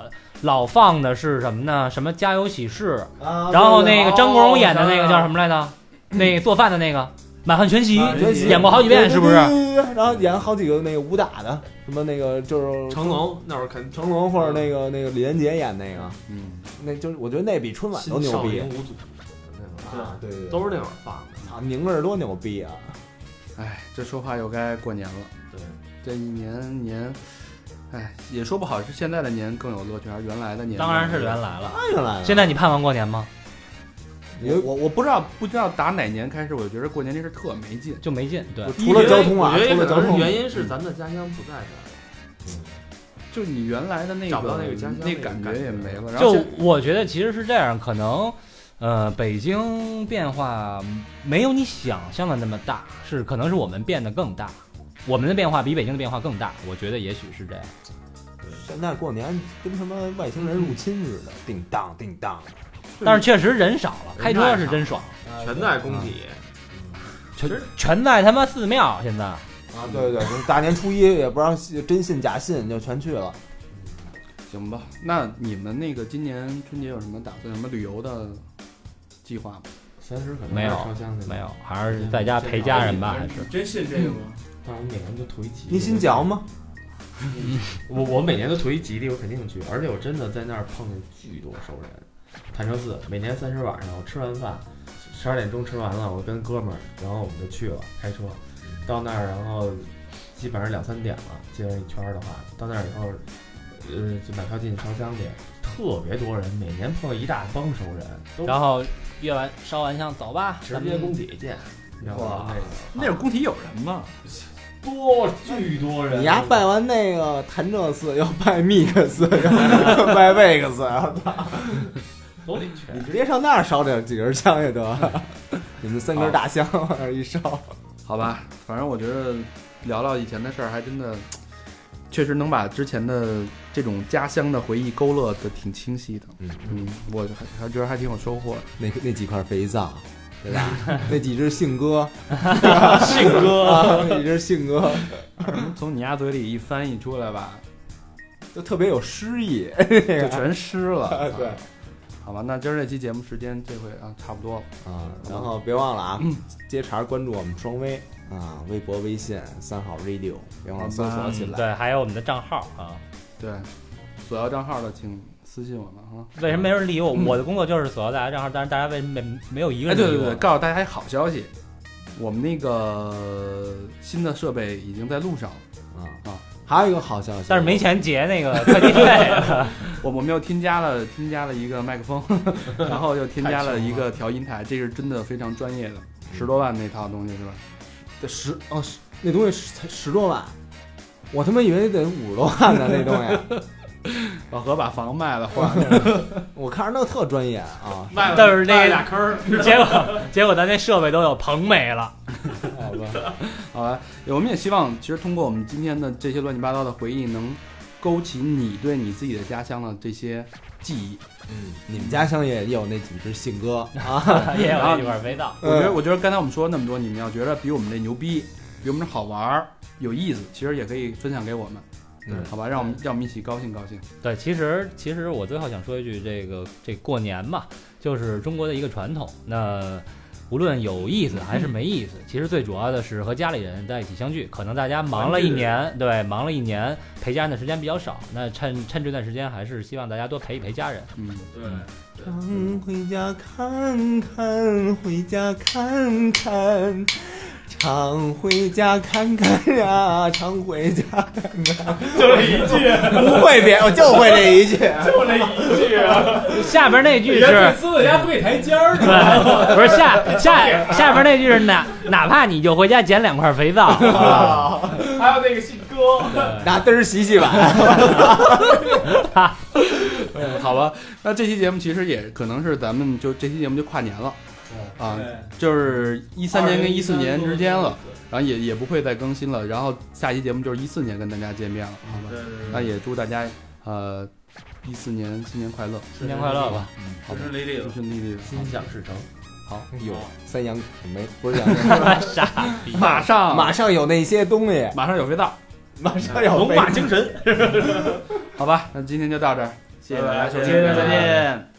Speaker 4: 老放的是什么呢？什么家有喜事，
Speaker 5: 啊
Speaker 4: 然后那个张国荣演的那个叫什么来着？那个做饭的那个《满汉全席
Speaker 5: 满汉全》席
Speaker 4: 演过好几遍，是不是？
Speaker 5: 对？对对对啊对然后演了好几个那个武打的，什么那个就是
Speaker 8: 成龙那会儿肯
Speaker 5: 成龙或者那个那个李连杰演那个，
Speaker 3: 嗯，
Speaker 5: 那就是我觉得那比春晚都
Speaker 8: 新
Speaker 5: 牛
Speaker 8: 少
Speaker 5: 逼
Speaker 8: 林。五祖，那会儿
Speaker 5: 啊，对对对，
Speaker 8: 都是那会儿放的。
Speaker 5: 操宁儿多牛逼啊！
Speaker 3: 哎，这说话又该过年了。
Speaker 8: 对，
Speaker 3: 这一年年，哎，也说不好是现在的年更有乐趣，还是原来的年？
Speaker 4: 当然是原。来了。
Speaker 5: 看上来了。
Speaker 4: 现在你盼望过年吗？
Speaker 5: 有
Speaker 3: 我我不知道不知道打哪年开始，我觉得过年这事儿特没劲。
Speaker 4: 就没劲。对，
Speaker 5: 除了交通啊
Speaker 8: 我觉得
Speaker 5: 除了
Speaker 8: 也可
Speaker 5: 交
Speaker 8: 能
Speaker 5: 通
Speaker 8: 是原因是咱们的家乡不在这
Speaker 3: 就是你原来的那个
Speaker 8: 找不到那个家乡
Speaker 3: 那
Speaker 8: 那个
Speaker 3: 感
Speaker 8: 感
Speaker 3: 觉
Speaker 8: 觉
Speaker 3: 也没了。然后
Speaker 4: 就
Speaker 3: 现
Speaker 4: 我觉得其实是这样，可能，呃，北京变化没有你想象的那么大，是可能是我们变得更大，我们的变化比北京的变化更大，我觉得也许是这样。
Speaker 5: 现在过年跟他妈外星人入侵似的，叮当叮当
Speaker 8: 嗯
Speaker 5: 的。
Speaker 4: 但是确实人少了，
Speaker 8: 人
Speaker 4: 开车是真爽，
Speaker 8: 儿，全在工体。
Speaker 4: 全全在他妈寺庙现在。
Speaker 8: 嗯
Speaker 5: 啊，对对对，大年初一也不知道信真信假信，就全去了。
Speaker 3: 在行吧，那你们那个今年春节有什么打算？有什么旅游的计划吗？
Speaker 8: 三十可能
Speaker 4: 没有
Speaker 8: 烧香去了
Speaker 4: 没有，还是嗯在家陪家人吧，还是
Speaker 7: 你真信这个吗？
Speaker 8: 但我每年都图一吉利。
Speaker 5: 你信教吗？
Speaker 8: 我我每年都图一吉利，我肯定去，而且我真的在那儿碰见巨多熟人。潭柘寺每年三十晚上，我吃完饭，十二点钟吃完了，我跟哥们儿，然后我们就去了，开车到那儿，然后基本上两三点了，街上一圈儿的话，到那儿以后，呃，就买票进去烧香去，特别多人，每年碰一大帮熟人，都
Speaker 4: 然后约完烧完香走吧，
Speaker 8: 直
Speaker 4: 咱
Speaker 8: 接
Speaker 4: 们
Speaker 8: 工体见，你知道吗？那
Speaker 3: 那会儿工体有人吗？
Speaker 8: 个多巨多人，
Speaker 5: 你丫拜完那 个潭柘寺，又拜密克斯，又拜贝克斯，然后
Speaker 10: 都得全
Speaker 5: 你。直接上那儿烧点几根香也得， 你们三根大香往那儿一烧，
Speaker 3: 好吧，反正我觉得聊聊以前的事儿，还真的确实能把之前的这种家乡的回忆勾勒的挺清晰的。
Speaker 5: 嗯
Speaker 3: 嗯，我还还觉得还挺有收获的。
Speaker 5: 那那几块肥皂，对吧？ 那几只信鸽，
Speaker 10: 信哥，
Speaker 5: 啊，那几只信鸽
Speaker 3: 从你丫嘴里一翻译出来吧，
Speaker 5: 都特别有诗意。。
Speaker 3: 就全湿了
Speaker 5: 对
Speaker 3: 啊，好吧，那今儿这期节目时间这回啊差不多了。
Speaker 5: 啊，然后别忘了啊，
Speaker 4: 嗯
Speaker 5: 接茬关注我们双微啊，微博、微信三好 radio，别忘了搜索起来。
Speaker 4: 对，还有我们的账号啊。
Speaker 3: 对，索要账号的请私信我们啊。
Speaker 4: 为什么没人理我？我的工作就是索要大家账号，但是大家为什么没没有一啊个
Speaker 3: 哎，
Speaker 4: 人理
Speaker 3: 对
Speaker 4: 我？
Speaker 3: 对对，告诉大家一好消息，我们那个新的设备已经在路上了。
Speaker 5: 啊，还有一个好消息，
Speaker 4: 嗯但是没钱结那个快递费。
Speaker 3: 我我们又添加了添加了一个麦克 风，然后又添加了一个调音台，这是真的非常专业的，十多万那套东西是吧？
Speaker 5: 得十哦，十那东西十才十多万，我他妈以为得五十多万呢，那 东
Speaker 3: 老何把房卖 了换了，
Speaker 5: 西，我看着那特专业啊。
Speaker 10: 卖了
Speaker 4: 但是那
Speaker 10: 卖了俩坑儿，
Speaker 4: 结果结果咱那设备都有棚没了。
Speaker 5: 好吧，
Speaker 3: 好吧？我们也希望，其实通过我们今天的这些乱七八糟的回忆，能勾起你对你自己的家乡的这些记忆。
Speaker 5: 嗯，你们家乡也有那几只信鸽，
Speaker 4: 也有一块肥皂。
Speaker 3: 我觉得，我觉得刚才我们说那么多，你们要觉得比我们这牛逼，比我们这好玩儿、有意思，其实也可以分享给我们，
Speaker 5: 嗯
Speaker 3: 好吧？让我们让我们一起高兴高兴。
Speaker 4: 对，其实其实我最后想说一句，这个这过年嘛，就是中国的一个传统。那无论有意思还是没意思，其实最主要的是和家里人在一起相聚。可能大家忙了一年，对，忙了一年，陪家人的时间比较少。那趁趁这段时间，还是希望大家多陪一陪家人。
Speaker 3: 嗯，
Speaker 10: 对，
Speaker 5: 常嗯回家看看，回家看看，常回家看看呀，常回家看看。
Speaker 10: 就这一句，
Speaker 5: 不会别，我就会这 一句。
Speaker 10: 就这一句啊。
Speaker 4: 下边那句
Speaker 10: 人家
Speaker 4: 是
Speaker 10: 最。孙子家不给台阶儿呢，
Speaker 4: 对，不是下下下边那句是哪哪怕你就回家捡两块肥皂，
Speaker 10: 还有那个信哥，
Speaker 5: 拿嘚儿洗洗碗。
Speaker 3: 嗯，好吧，那这期节目其实也可能是咱们就这期节目就跨年了，啊，就是一三年跟一四年之间了，，然后也也不会再更新了，然后下期节目就是一四年跟大家见面了，好吧？
Speaker 10: 对对
Speaker 3: 那
Speaker 10: 对，
Speaker 3: 也祝大家呃一四年新年快乐，
Speaker 4: 新年快乐吧！
Speaker 7: 顺顺利利
Speaker 3: 顺
Speaker 7: 了。
Speaker 3: 顺利利的，
Speaker 10: 心想事成。
Speaker 5: 有哎三羊没不 是羊羔，
Speaker 3: 马上
Speaker 5: 马上有那些东西，
Speaker 3: 马上有肥皂，
Speaker 5: 马上有
Speaker 10: 龙
Speaker 5: 肥
Speaker 10: 马精神。
Speaker 3: 好吧？那今天就到这儿，谢谢大家收听，
Speaker 10: 拜拜
Speaker 3: 再见。